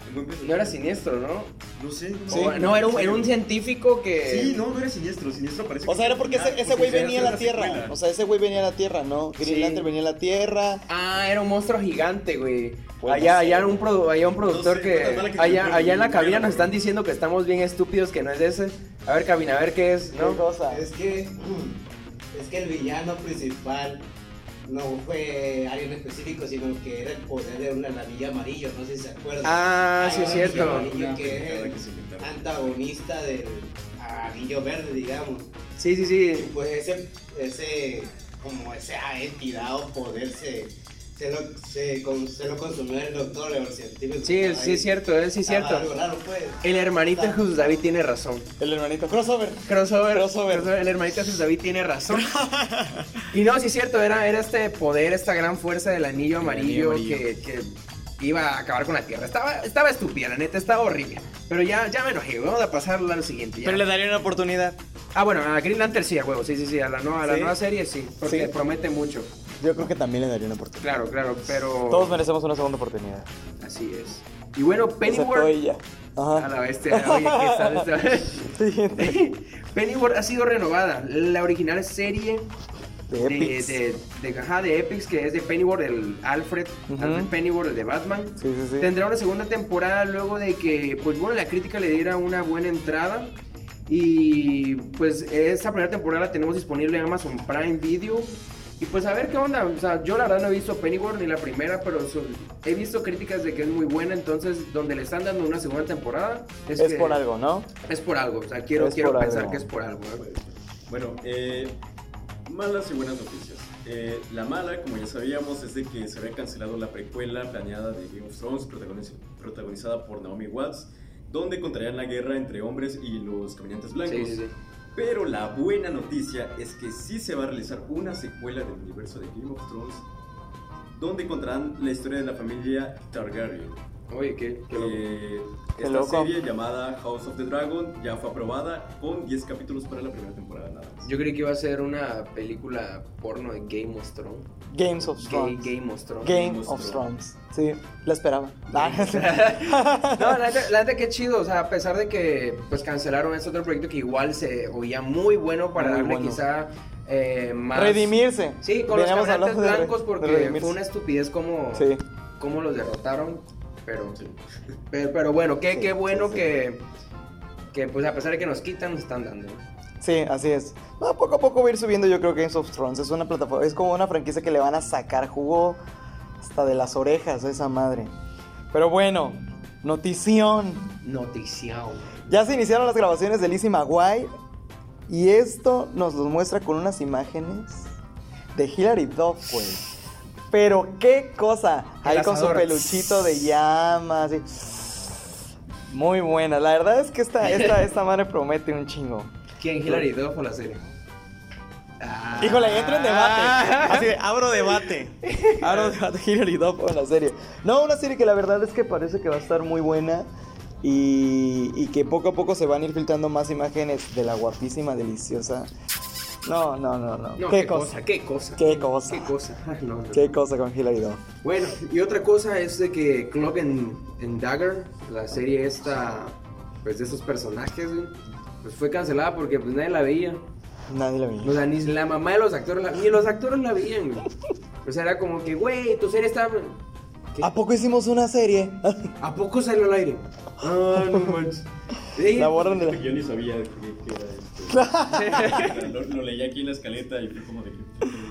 C: ¿El buen Pedro?
A: No era siniestro, ¿no?
C: No sé.
A: O- no, era un, era un científico que.
C: Sí, no, no era siniestro. Siniestro parece.
D: O sea, era porque ese, ese güey venía a la Tierra. O sea, ese güey venía a la Tierra, ¿no? Green
A: Sí.
D: Lantern venía a la Tierra.
A: Ah, era un monstruo gigante, güey.
D: Pues,
A: Allá,
D: no sé.
A: allá un, produ- allá un productor
C: No sé,
A: que,
C: bueno, mala que
A: allá,
C: siempre
A: allá en la
C: muy
A: cabina
C: buena,
A: nos están
C: güey.
A: diciendo que estamos bien estúpidos, que no es ese. A ver, cabina, a ver qué es,
D: ¿Qué
A: ¿no?
D: cosa?
B: Es que, mm, es que el villano principal no fue alguien específico, sino que era el poder de una ladilla amarillo, no sé si se acuerdan.
A: Ah,
B: Hay
A: sí es
B: una
A: cierto.
B: ladilla amarillo que
C: pendejada que
B: es
C: se
B: el
C: inventaron.
B: antagonista del amarillo verde, digamos.
A: Sí, sí,
B: Y
A: sí.
B: pues ese, ese, como esa entidad o poder se, se, lo, se, con- se lo consumió el doctor, el científico. que
A: Sí,
B: estaba
A: sí
B: ahí.
A: es cierto, eh, sí es
B: Estaba algo
A: cierto.
B: raro, pues.
A: El hermanito de Jesús David tiene razón.
D: El hermanito. Crossover.
A: Crossover,
D: Crossover.
A: crossover, el hermanito de Jesús David tiene razón. y no, sí es cierto, era, era este poder, esta gran fuerza del anillo amarillo,
D: amarillo.
A: Que, que iba a acabar con la tierra. Estaba, estaba estúpida, la neta, estaba horrible. Pero ya, ya me enojé, vamos a pasar a lo siguiente. ya.
D: Pero le daría una oportunidad.
A: Ah, bueno, a Green Lantern sí, a huevo, sí, sí, sí, a la nueva, a la
D: Sí.
A: nueva serie sí, porque
D: Sí.
A: promete mucho.
D: Yo creo que también le daría una oportunidad.
A: Claro, claro, pero
D: Todos merecemos una segunda oportunidad.
A: así es. Y bueno,
D: Excepto
A: Pennyworth
D: ella.
A: a
D: Ajá.
A: la bestia, oye, ¿qué tal esta-
D: Siguiente.
A: Pennyworth ha sido renovada. La original serie
D: De
A: de,
D: Epics.
A: de, de- ajá, de Epics, que es de Pennyworth, el Alfred,
D: Ujú.
A: Alfred Pennyworth, el de Batman.
D: Sí, sí, sí.
A: Tendrá una segunda temporada luego de que, pues bueno, la crítica le diera una buena entrada. Y pues esta primera temporada la tenemos disponible en Amazon Prime Video. Y pues a ver qué onda. O sea, yo la verdad no he visto Pennyworth ni la primera, pero so- he visto críticas de que es muy buena. Entonces, donde le están dando una segunda temporada
D: Es,
A: es, que-
D: por algo, ¿no?
A: Es por algo. O sea, quiero,
D: Es
A: quiero
D: por
A: pensar
D: algo.
A: que es por algo. ¿eh?
C: Bueno, eh, malas y buenas noticias. Eh, la mala, como ya sabíamos, es de que se había cancelado la precuela planeada de Game of Thrones, protagoniz- protagonizada por Naomi Watts, donde contarían la guerra entre hombres y los caminantes blancos.
A: Sí, sí, sí.
C: Pero la buena noticia es que sí se va a realizar una secuela del universo de Game of Thrones donde contarán la historia de la familia Targaryen.
A: Oye, qué, qué loco.
C: Eh,
D: Qué
C: esta
D: loco.
C: serie llamada House of the Dragon ya fue aprobada con 10 capítulos para la primera temporada nada más.
A: Yo creí que iba a ser una película porno de Game of Thrones.
D: Games of
A: Gay,
D: Thrones.
A: Game of Thrones.
D: Game
C: Game
D: of
C: of
D: Thrones. Sí, la esperaba. Ah,
A: No, la neta, la neta, qué chido. O sea, a pesar de que pues cancelaron este otro proyecto que igual se oía muy bueno para
D: Muy
A: darle
D: bueno.
A: quizá eh, más.
D: Redimirse.
A: Sí, con los
D: Veníamos
A: cabrantes
D: hablando de re-
A: blancos
D: de
A: porque
D: redimirse.
A: fue una estupidez como,
D: Sí.
A: como los derrotaron. Pero,
C: Sí.
A: pero, pero bueno, qué,
D: Sí,
A: qué bueno
D: sí, sí.
A: Que, que pues a pesar de que nos quitan, nos están dando.
D: Sí, así es. No, poco a poco va a ir subiendo yo creo Games of Thrones. Es una plataforma, es como una franquicia que le van a sacar jugo hasta de las orejas a esa madre. Pero bueno, notición.
A: Noticiao.
D: Ya se iniciaron las grabaciones de Lizzie Maguire y esto nos lo muestra con unas imágenes de Hilary Duff, güey. Pero qué cosa, ahí
A: El
D: con su
A: asador.
D: peluchito de llamas. y- Muy buena, la verdad es que esta, esta, esta madre promete un chingo.
A: ¿Quién? Hillary Duff o la serie? Ah.
D: Híjole, entro en debate. Así de, abro debate. Ah. Abro debate, Hilary Duff o la serie. No, una serie que la verdad es que parece que va a estar muy buena. Y, y que poco a poco se van a ir filtrando más imágenes de la guapísima, deliciosa. No, no, no, no.
A: No,
D: qué,
A: qué,
D: cosa?
A: cosa, qué cosa.
D: Qué cosa.
A: Qué cosa. Ah, no, no.
D: Qué cosa con Hilary Duff.
A: Bueno, y otra cosa es de que Clock and, and Dagger, la serie esta, pues de estos personajes, güey, pues fue cancelada porque pues nadie la veía.
D: Nadie la
A: O
D: vio.
A: sea, ni la mamá de los actores, la, ni los actores la veían, güey. O sea, era como que, güey, tu serie está... ¿Qué?
D: ¿A poco hicimos una serie?
A: ¿A poco salió al aire? Ah, no manches. Sí,
D: la borran de la...
C: Yo ni sabía que, que era esto. lo, lo leí aquí en la escaleta y fue como de que...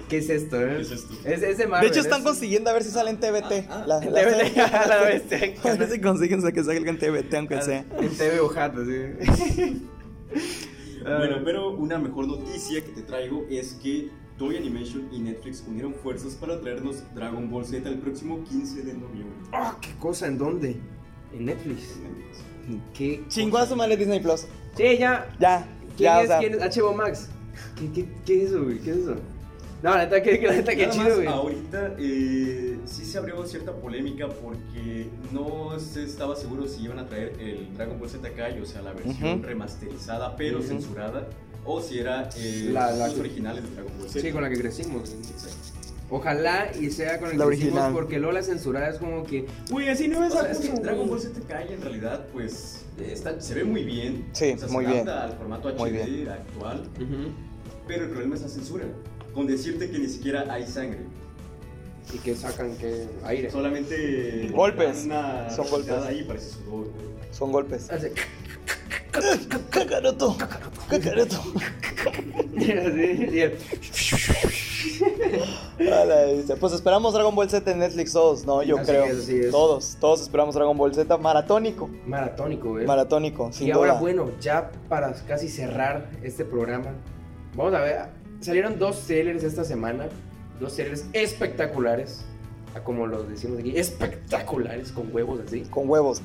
A: ¿Qué es esto, eh?
C: ¿Qué es esto?
A: Es, es de
D: De
A: Marvel, ¿eh? Ah,
D: hecho, están
A: es-
D: consiguiendo a ver si sale en TBT. la,
A: en
D: la
A: TBT,
D: serie.
A: a la bestia.
D: A ver si consiguen que salga en TBT, aunque sea.
A: En TV Ojata, sí. Ah.
C: Bueno, pero una mejor noticia que te traigo es que Toy Animation y Netflix unieron fuerzas para traernos Dragon Ball Z el próximo 15 de noviembre.
A: Ah, ¿Qué cosa? ¿En dónde? En Netflix. ¿Qué?
D: Chingó a su madre Disney Plus.
A: Sí, ya.
D: Ya,
A: ¿Quién
D: ya,
A: es?
D: o sea.
A: ¿Quién es? HBO Max. ¿Qué, qué, qué es eso, güey? ¿Qué es eso? No, la neta, que, la neta, que
C: Nada
A: chido,
C: más,
A: güey.
C: Ahorita eh, sí se abrió cierta polémica porque no se estaba seguro si iban a traer el Dragon Ball Z Kai, o sea, la versión
D: Ujú.
C: remasterizada pero
D: Ujú.
C: censurada, o si era eh,
A: La- la-
C: los originales de Dragon Ball Z.
A: Sí, con la que crecimos.
C: Exacto.
A: Ojalá y sea con el
D: La
A: que crecimos,
D: original.
A: porque luego la censurada es como que. Güey, así no
C: O
A: es
C: sea,
A: a
C: es que Dragon Ball Z Kai en realidad pues eh, está- se ve muy bien.
D: Sí,
C: O sea,
D: muy
C: se
D: bien.
C: adapta al formato HD
D: Muy bien.
C: actual, pero el problema es la censura. Con decirte que ni siquiera hay sangre.
A: Y que sacan que aire.
C: Solamente
D: Golpes.
C: una
D: Son golpes.
C: pitada ahí parece sudor. güey.
D: Son golpes.
A: Así.
D: Cacaroto, cacaroto.
A: Así, y el-
D: A la bestia. Pues esperamos Dragon Ball Z en Netflix todos, ¿no? Yo
A: Así
D: creo.
A: es, así es.
D: Todos, todos esperamos Dragon Ball Z maratónico.
A: Maratónico, güey.
D: Maratónico, sin
A: Pues, y ahora,
D: duda.
A: bueno, ya para casi cerrar este programa, vamos a ver. Salieron dos trailers esta semana, dos trailers espectaculares, a como los decimos aquí, espectaculares, con huevos así.
D: Con huevos.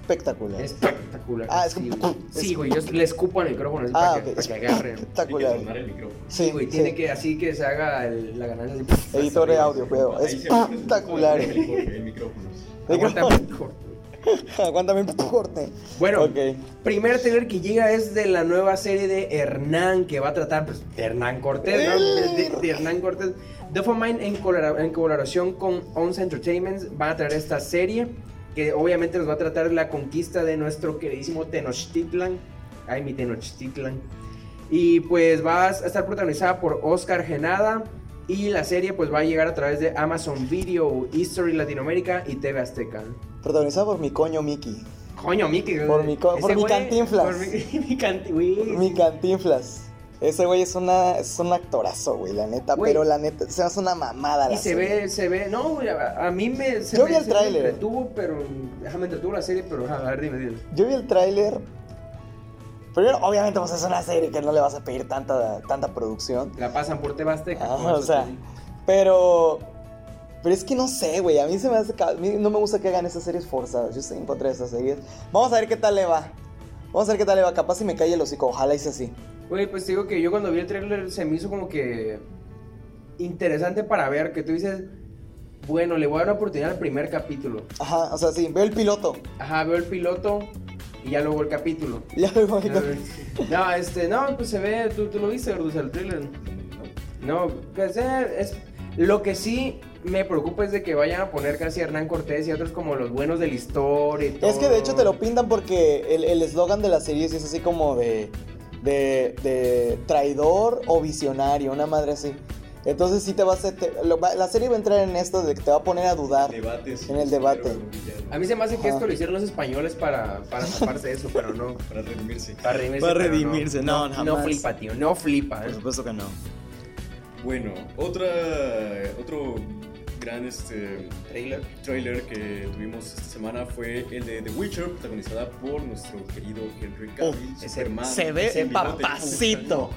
D: Espectacular.
A: Espectacular.
D: Ah, es
A: sí,
D: que-
A: güey. Sí, güey, yo le escupo al micrófono así
D: Ah,
A: para, que,
D: ok.
A: para que agarren.
C: Hay que sonar
D: Espectacular.
C: el micrófono.
A: Sí, güey,
D: sí.
A: tiene que así que se haga el- la ganancia. Así.
D: Editor de audio, cuidado.
C: Ahí se abre el
D: Espectacular.
C: micrófono, el micrófono.
A: Aguanta,
D: Micrófono.
A: hijo.
D: Aguántame un corte.
A: Bueno,
D: Ok.
A: primer trailer que llega es de la nueva serie de Hernán, que va a tratar pues, de Hernán Cortés, ¿no? De, de- de Hernán Cortés. Dopamine en, colora- en colaboración con Once Entertainment va a traer esta serie, que obviamente nos va a tratar la conquista de nuestro queridísimo Tenochtitlan. Ay, mi Tenochtitlan. Y pues va a estar protagonizada por Oscar Genada. Y la serie pues va a llegar a través de Amazon Video, History Latinoamérica y TV Azteca.
D: Protagonizado por mi coño Mickey.
A: Coño, Miki. güey.
D: Por mi co-
A: Ese
D: por mi
A: güey-
D: cantinflas.
A: Por mi, mi canti- güey.
D: Mi cantinflas. Ese güey es una es un actorazo, güey, la neta.
A: Güey.
D: Pero la neta, se hace una mamada la
A: Y se
D: serie.
A: ve, se ve. No, güey, a, a mí me. se
D: Yo
A: me-
D: vi el
A: se me
D: tráiler.
A: entretuvo, pero. ajá, me entretuvo la serie, pero. ajá, A ver, dime, dime.
D: Yo vi el tráiler. Primero, obviamente, pues es una serie que no le vas a pedir tanta, tanta producción.
A: La pasan por Tebasteca.
D: Ah, o sea, pero. Pero es que no sé, güey. A mí se me hace. ca- a mí no me gusta que hagan esas series forzadas. Yo estoy en contra de esas series. Vamos a ver qué tal le va. Vamos a ver qué tal le va. Capaz si me cae el hocico. Ojalá hice así.
A: Güey, pues te digo que yo cuando vi el tráiler se me hizo como que. Interesante para ver, que tú dices. bueno, le voy a dar una oportunidad al primer capítulo.
D: Ajá, o sea, sí, veo el piloto.
A: Ajá, veo el piloto y ya luego el capítulo.
D: Ya veo el
A: Ya
D: capítulo.
A: ves. No, este, no, pues se ve, tú, tú lo viste, Gordus, el thriller. No, pues eh, es, lo que sí me preocupa es de que vayan a poner casi a Hernán Cortés y a otros como los buenos de la historia y
D: Es que de
A: todo.
D: hecho te lo pintan porque el el eslogan de la serie sí es así como de, de, de traidor o visionario, una madre así. Entonces sí te va a hacer, te- lo va- la serie va a entrar en esto de que te va a poner a dudar.
C: Debates.
D: En el debate.
A: A mí se me hace que
D: Ajá.
A: esto lo hicieron los españoles para, para taparse eso, pero no.
C: Para redimirse.
A: Para redimirse.
D: Para
A: pero no.
D: redimirse, no,
A: no,
D: jamás.
A: flipa, tío, no flipa. ¿eh?
D: supuesto que no.
C: Bueno, otra, otro gran este,
A: Trailer.
C: trailer que tuvimos esta semana fue el de The Witcher, protagonizada por nuestro querido Henry Cavill.
A: ese
C: Superman,
D: Se ve
C: ese bigote.
D: papacito.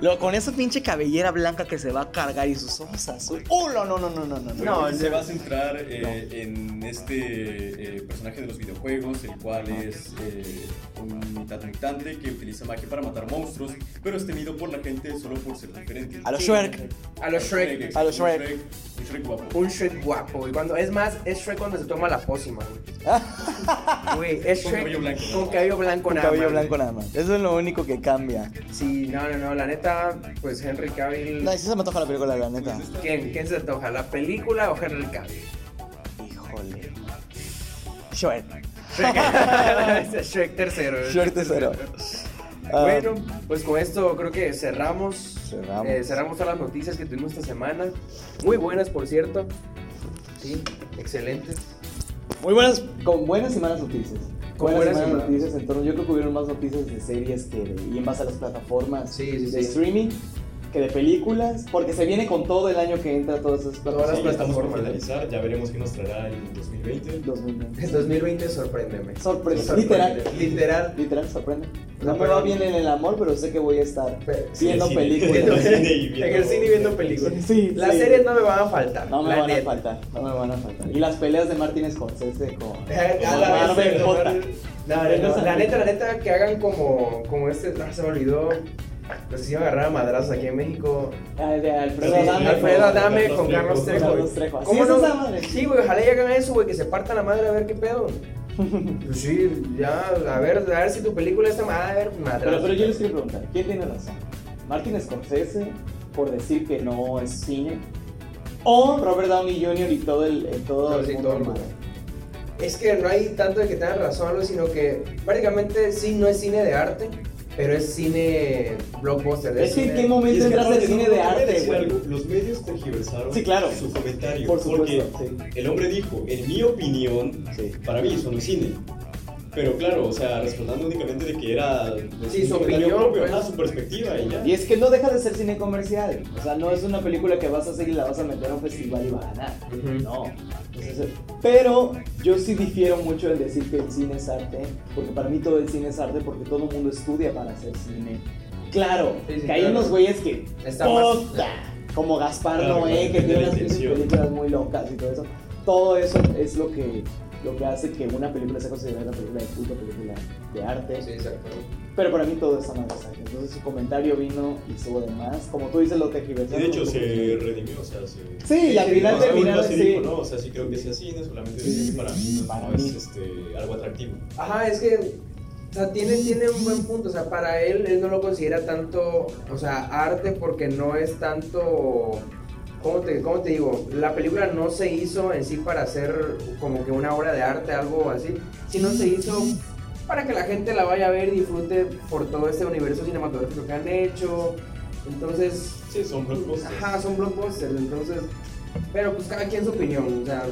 D: Lo, con esa pinche cabellera blanca que se va a cargar y sus ojos azules. ¡Uh! No, no, no, no, no, no.
C: Bueno,
A: No,
C: se
A: no.
C: va a centrar eh, en este eh, personaje de los videojuegos, el cual es eh, un mitad mutante que utiliza magia para matar monstruos, pero es temido por la gente solo por ser diferente.
D: A lo Shrek.
A: A los Shrek.
D: A lo
C: un
D: Shrek.
C: Un Shrek guapo.
A: Un Shrek guapo. Y cuando, es más, es Shrek cuando se toma la pócima. Güey, Güey, es
C: Con
A: Shrek
C: cabello blanco.
A: con cabello blanco
D: Con
A: nada
D: cabello
A: más.
D: blanco nada más. Eso es lo único que cambia.
A: Sí, no, no, no, la neta, pues Henry Cavill.
D: No, y sí se me antoja la película, la neta.
A: ¿Quién? ¿Quién se antoja? ¿La película o Henry Cavill?
D: Híjole. Shrek.
A: Shrek, Shrek tercero. eh.
D: Shrek tercero. Ah,
A: Bueno, pues con esto creo que cerramos.
D: Cerramos.
A: eh, cerramos todas las noticias que tuvimos esta semana. Muy buenas, por cierto. Sí, excelentes.
D: Muy buenas, con buenas y malas noticias.
A: Con
D: Con
A: buenas
D: buenas, y
A: y
D: malas
A: malas.
D: noticias, entonces yo creo que hubieron más noticias de series que de- y en base a las plataformas
A: Sí, sí,
D: de
A: sí.
D: streaming que de películas, porque se viene con todo el año que entra todas esas
A: Todas las
D: plataformas.
C: Sí, ya estamos por
A: plataformas.
C: finalizar, ya veremos qué nos traerá el 2020.
D: 2020.
A: En 2020, sorpréndeme.
D: Sorprende,
A: Sorpréndeme.
D: literal.
A: Literal.
D: Literal, sorprende. No
A: No,
D: me
A: pero-
D: va bien en el amor, pero sé que voy a estar
A: Pe- sí,
D: viendo
C: sí, sí.
D: películas.
C: Sí. cine y
A: En el
C: viendo-
A: cine y viendo películas.
D: Sí,
A: Las
D: sí.
A: series no me van a faltar.
D: No me
A: la
D: van a
A: neta.
D: faltar, no me van a faltar. Y las peleas de Martin Scorsese con...
A: A
D: Con
A: Eh, la
D: Marvel
A: vez, no,
D: Potter.
A: no, no, no, la neta, la neta, que hagan como, como este, ah, se me olvidó, los que iban a agarrar a madrazos aquí en México,
D: Ah, de Alfredo
C: Sí,
D: Adame.
A: Alfredo Adame
C: Carlos
A: con
C: Trejo.
A: Carlos Trejo.
D: Carlos
A: güey.
D: Trejo. Así
A: ¿Cómo
D: es
A: no?
D: esa madre.
A: Sí, güey, ojalá y hagan eso, güey, que se partan la madre a ver qué pedo. Pues sí, ya, a ver, a ver si tu película está mal, a ver, madrazos.
D: Pero, pero yo les quiero preguntar, ¿quién tiene razón? ¿Martin Scorsese por decir que no es cine? ¿O Robert Downey Jr. y todo el, el- todo
A: No,
D: el
A: sí,
D: mundo
A: todo el
D: Marvel?
A: mundo. Es que no hay tanto de que tengan razón, Luis, sino que prácticamente sí no es cine de arte, pero es cine blockbuster.
D: Es que en
A: cine-
D: qué momento
C: Y es que
D: entras al
C: aparte,
D: cine
C: no,
D: de
C: no, voy a
D: arte,
C: decir
D: güey.
C: algo, Los medios tergiversaron
D: Sí, claro.
C: su comentario.
D: Por supuesto,
C: porque el hombre dijo, en mi opinión,
D: Sí.
C: para mí eso no es cine. Pero claro, o sea, respondando únicamente de que era pues,
A: Sí,
C: un
A: su
C: comentario
A: opinión,
C: propio,
A: pues.
C: ajá, su perspectiva y ya.
D: Y es que no deja de ser cine comercial. O sea, no es una película que vas a hacer y la vas a meter a un festival y va a ganar.
A: Ujú.
D: No. Entonces, pero yo sí difiero mucho en decir que el cine es arte, porque para mí todo el cine es arte porque todo el mundo estudia para hacer cine. Claro,
A: Sí, sí,
D: que hay
A: claro.
D: unos güeyes que...
A: Está más-
D: ¡Puta! Como Gaspar
C: Claro,
D: Noé,
C: claro,
D: que
C: depende
D: tiene
C: de la
D: unas pinches
C: intención.
D: películas muy locas y todo eso. Todo eso es lo que, lo que hace que una película sea considerada una película de culto, película de arte.
A: Sí, exacto.
D: Pero para mí todo está mal exacto. Entonces su comentario vino y estuvo de más. Como tú dices, lo
C: Y
D: tergiversaron.
C: de hecho
D: Como-
C: se redimió, o sea, se...
D: Sí, y al
A: Sí,
D: final
C: No,
D: terminaron,
C: no, se
D: sí.
C: dijo, no, o sea, sí creo que sea cine, solamente decir para mí
D: Para
C: no es
D: mí.
C: este, algo atractivo.
A: Ajá, es que o sea, tiene, tiene un buen punto. O sea, para él, él no lo considera tanto, o sea, arte porque no es tanto. ¿Cómo te, cómo te digo? La película no se hizo en sí para hacer como que una obra de arte, algo así, sino se hizo para que la gente la vaya a ver y disfrute por todo este universo cinematográfico que han hecho. Entonces,
C: Sí, son blockbusters.
A: Ajá, son blockbusters, entonces. Pero pues cada quien su opinión, o sea,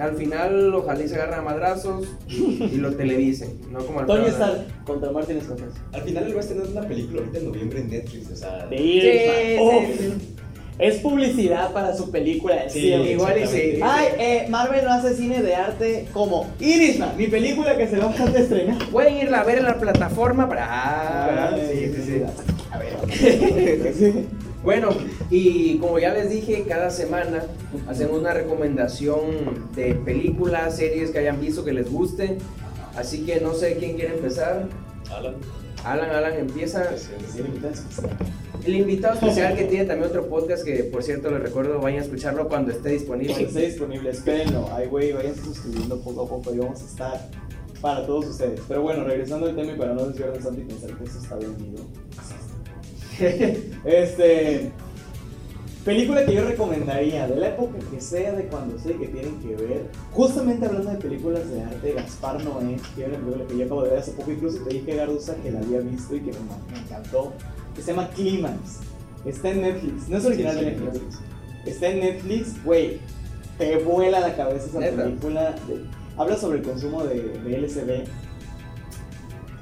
A: al final ojalá y se agarra a madrazos y, y lo televisen, no como al
D: Tony Stark contra Martin Scorsese.
C: Al final él va a estrenar una película ahorita en noviembre en Netflix, o sea...
D: De
A: Sí, sí, Oh.
D: Irishman.
A: sí.
D: Uf. Oh. Es publicidad para su película de
C: Sí,
D: siempre.
A: igual y sí.
D: Ay, eh, Marvel no hace cine de arte como Irishman, mi película que se va a estrenar.
A: Pueden irla a ver en la plataforma para. Ah, sí, sí, sí.
D: A ver. Sí.
A: Bueno, y como ya les dije, cada semana hacemos una recomendación de películas, series que hayan visto que les guste. Así que no sé quién quiere empezar.
C: Alan,
A: Alan, Alan, empieza.
C: pues, es-
D: Sí, entonces,
A: El invitado especial que tiene también otro podcast que, por cierto, les recuerdo, vayan a escucharlo cuando esté
E: que esté
A: disponible.
E: disponible, espérenlo. Ahí, güey, vayan suscribiendo poco a poco y vamos a estar para todos ustedes. Pero bueno, regresando al tema y para no desviarnos tanto y pensar que esto está vendido. este. Película que yo recomendaría, de la época que sea, de cuando sea, que tienen que ver. Justamente hablando de películas de arte, Gaspar Noé, que es una película que yo acabo de ver hace poco, incluso te dije, Garusa, que la había visto y que me, me encantó, que se llama Clímax. Está en Netflix, no es original de Netflix. Está en Netflix, güey. Te vuela la cabeza esa
A: ¿Neta?
E: película. de- habla sobre el consumo de, de LSD.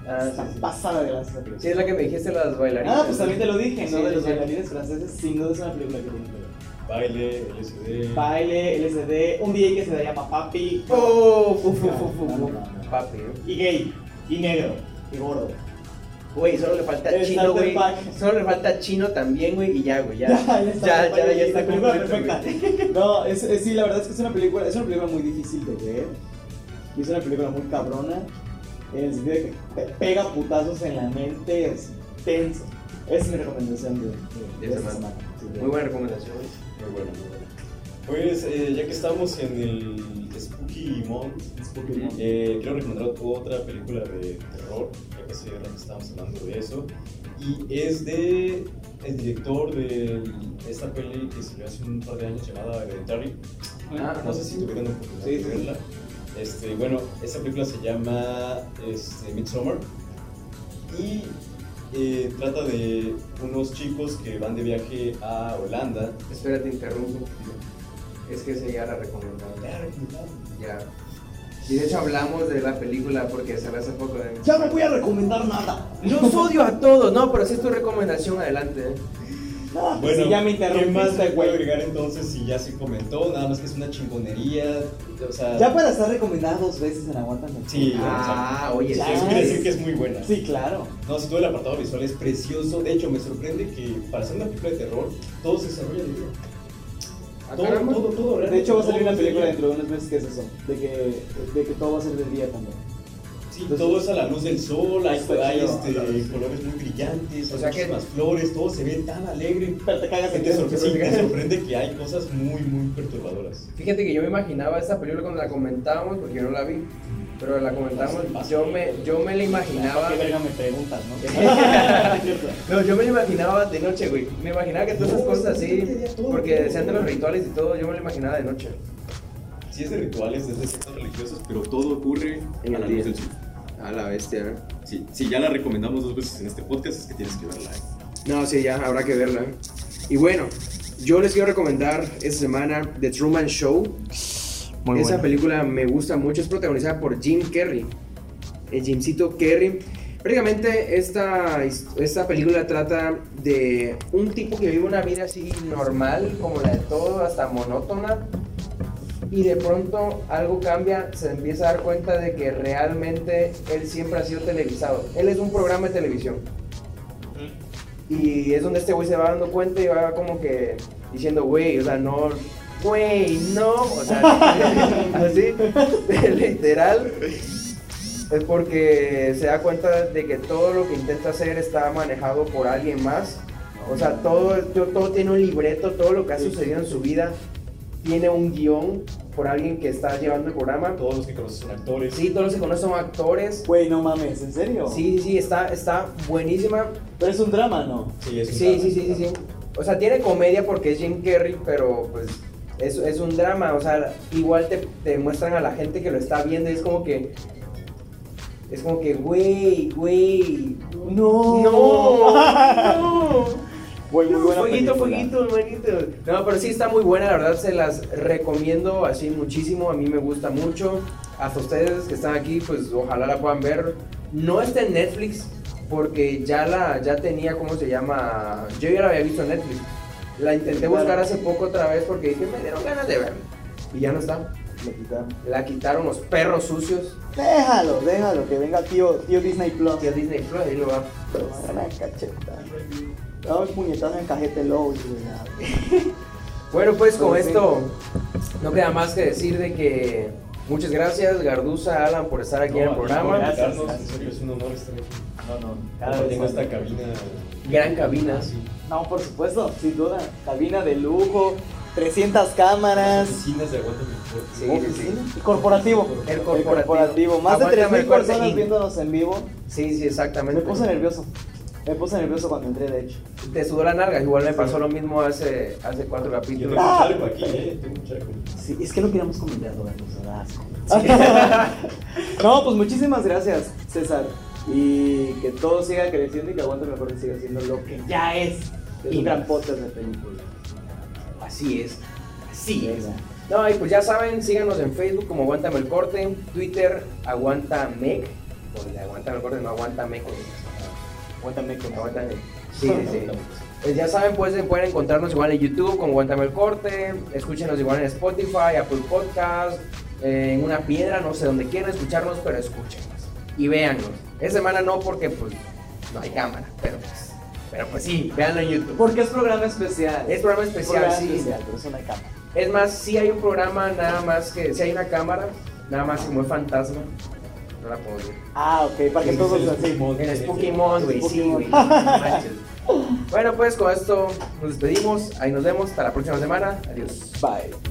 A: Ah,
E: Está
A: sí, sí.
E: pasada de las películas.
A: Sí, es la que me dijiste las bailarinas.
E: Ah, pues también te lo dije, ¿no?
A: Sí,
E: de los
A: sí.
E: bailarines franceses, sin duda es una película que tiene que ver.
C: Baile, LSD.
E: Baile, LSD, un DJ que se llama Papi.
A: Oh, fu, fu, fu, fu,
E: No, Ah, no,
A: fu.
E: no, no.
A: Papi, ¿eh?
E: Y gay, y negro, y gordo.
A: Güey, solo le falta
E: El
A: chino, güey.
E: starter pack.
A: Solo le falta chino también, güey, y ya, güey, ya.
E: la
A: ya, ya, ya,
E: película,
A: está
E: la película
A: completo, güey.
E: perfecta. No, es, es- sí, la verdad es que es una película, es una película muy difícil de ver. Y es una película muy cabrona. En el sentido de que te pega putazos en la mente, es tenso. Esa es mi recomendación de, de-
A: De
E: de esta
A: semana.
E: semana. Sí, de-
A: Muy buena recomendación, güey.
C: Muy bueno, muy bueno. Pues eh, ya que estamos en el Spooky Month,
E: es Pokémon.
C: eh, quiero recomendar otra película de terror, ya que hace rato estábamos hablando de eso. Y es de el director de esta peli que salió hace un par de años llamada Hereditary.
A: Ah,
C: No sé si tuvieron la oportunidad
E: Sí,
C: de
E: sí.
C: verla. Este, bueno, esta película se llama este, Midsommar y eh, trata de unos chicos que van de viaje a Holanda.
A: Espérate, interrumpo. Es que esa ya la recomendamos. Ya. Y de hecho hablamos de la película porque salió hace poco de...
E: Ya no voy a recomendar nada.
A: Los odio a todos, no, pero si es tu recomendación, adelante. ¿eh?
E: No, pues
C: Bueno,
E: si ya me
C: ¿qué más
E: interrumpiste,
C: te puedo
E: güey.
C: agregar entonces si ya se comentó? Nada más que es una chingonería. O sea,
E: Ya para estar recomendada dos veces en Aguántame.
C: sí,
A: Ah,
C: o sea,
A: oye,
E: ya.
C: eso quiere decir que es muy buena.
E: Sí, claro.
C: No, si todo el apartado visual es precioso. De hecho, me sorprende que para hacer una película de terror, todo se desarrolla de día.
A: Ah,
C: Todo,
A: caramba.
C: todo, todo.
E: De hecho, va a salir
C: todo
E: una
C: es de
E: película
C: día.
E: dentro de unos meses que es eso. De que, de que todo va a ser de día también.
C: Sí, todo es a la luz del sol, hay,
A: pues,
E: Está
C: hay,
E: chido,
C: este,
E: la verdad.
C: colores muy brillantes,
A: O sea
C: o sea,
A: que-
C: muchísimas flores, todo se ve tan alegre.
E: Pero te cagas en
C: Te
E: eso.
C: sorpre- sí, te sorprende que hay cosas muy, muy perturbadoras.
A: Fíjate que yo me imaginaba esa película cuando la comentábamos, porque yo no la vi, pero la comentábamos, yo me, yo me la imaginaba...
E: ¿Qué verga me preguntas, no?
A: No, yo me lo imaginaba de noche, güey. Me imaginaba que todas esas cosas así, porque decían de los rituales y todo, yo me lo imaginaba de noche.
C: Sí es de rituales, es de sectas religiosas, pero todo ocurre
A: En
C: a
A: el
C: la
A: día.
C: luz del sol.
A: A la bestia, ¿eh?
C: Sí, si ya la recomendamos dos veces en este podcast, es que tienes que verla. ¿eh?
A: No, sí, ya habrá que verla. ¿eh? Y bueno, yo les quiero recomendar esta semana The Truman Show.
F: Muy
A: Esa
F: buena.
A: película me gusta mucho, es protagonizada por Jim Carrey. El Jimcito Carrey. Prácticamente esta, his- esta película trata de un tipo que vive una vida así normal, como la de todos, hasta monótona. Y de pronto algo cambia, se empieza a dar cuenta de que realmente él siempre ha sido televisado. Él es un programa de televisión. Y es donde este güey se va dando cuenta y va como que diciendo, güey, o sea, no, güey, no, o sea, así, literal. Es porque se da cuenta de que todo lo que intenta hacer está manejado por alguien más. O sea, todo, yo- todo tiene un libreto, todo lo que ha sucedido en su vida tiene un guión por alguien que está llevando el programa.
C: Todos los que conoces son actores.
A: Sí, todos los que conocen son actores.
E: Güey, no mames, ¿en serio?
A: Sí, sí, está, está buenísima.
E: Pero es un drama, ¿no?
C: Sí, es un
A: Sí,
C: drama,
A: sí,
C: es un
A: sí, sí,
C: drama.
A: sí. O sea, tiene comedia porque es Jim Carrey, pero pues es, es un drama. O sea, igual te, te muestran a la gente que lo está viendo y es como que... Es como que, güey, güey.
E: No.
A: No.
E: Güey, muy buena
A: Fueguito,
E: película.
A: fueguito, manito. No, pero sí está muy buena, la verdad se las recomiendo así muchísimo, a mí me gusta mucho. Hasta ustedes que están aquí, pues ojalá la puedan ver. No está en Netflix porque ya la ya tenía, ¿cómo se llama? Yo ya la había visto en Netflix. La intenté
E: Claro.
A: buscar hace poco otra vez porque dije, me dieron ganas de verla. Y ya no está.
E: Lo quitaron.
A: La quitaron los perros sucios.
E: Déjalo, déjalo, que venga tío, tío Disney Plus.
A: Tío Disney Plus, ahí lo va.
E: Una cacheta. Dame puñetazo en cajete lobo, güey.
A: Bueno, pues con
E: Pues sí.
A: esto no queda más que decir de que muchas gracias Garduza, Alan por estar aquí en el
C: No,
A: programa.
C: por invitarnos,
E: Gracias.
C: En serio, es un honor estar aquí.
E: No, no.
C: Compartiendo esta cabina.
A: Gran cabina.
C: Sí.
E: No, por supuesto, sin duda. Cabina de lujo, 300 cámaras.
C: Oficinas de Aguántame el Corte.
A: Sí, sí, sí.
E: El corporativo.
A: El corporativo.
E: Más de
A: Aguántame
E: 3.000
A: el corte,
E: personas
A: sí.
E: viéndonos en vivo.
A: Sí, sí,
E: Me
A: exactamente.
E: puse nervioso. Me puse nervioso cuando entré, de hecho.
A: Te sudó la nalga, igual me pasó lo mismo hace, hace cuatro
C: Yo
A: capítulos.
C: tengo
E: Ah,
C: un charco aquí, ¿eh? Tengo un charco.
E: Sí, es que no queríamos comentar Roberto, nos da asco. no, pues muchísimas gracias, César. Y que todo siga creciendo y que aguante mejor que siga siendo lo que ya es. Es un gran podcast de película.
A: Así es. Así es.
E: Venga.
A: No, y pues ya saben, síganos en Facebook como Aguántame el Corte, Twitter Aguántame, porque Aguántame el Corte no Aguántame con
E: Aguántame con
A: Aguántame. Sí, sí, sí. Pues ya saben, pues pueden encontrarnos igual en YouTube como Aguántame el Corte, escúchenos igual en Spotify, Apple Podcast, eh, en una piedra, no sé dónde quieran escucharnos, pero escúchenos y véannos. Esta semana no porque pues no hay cámara, pero pues, pero pues sí, véanlo en YouTube.
E: Porque es programa especial.
A: Es programa especial,
E: Programa
A: sí.
E: especial, pero es una cama.
A: Es más, si hay un programa nada más que, si hay una cámara, nada más como es fantasma, no la puedo ver.
E: Ah, ok, para que todos así.
A: En Spooky Mon, güey, sí, güey.
E: Spooky
A: no manches. Bueno, pues con esto nos despedimos. Ahí nos vemos. Hasta la próxima semana. Adiós.
E: Bye.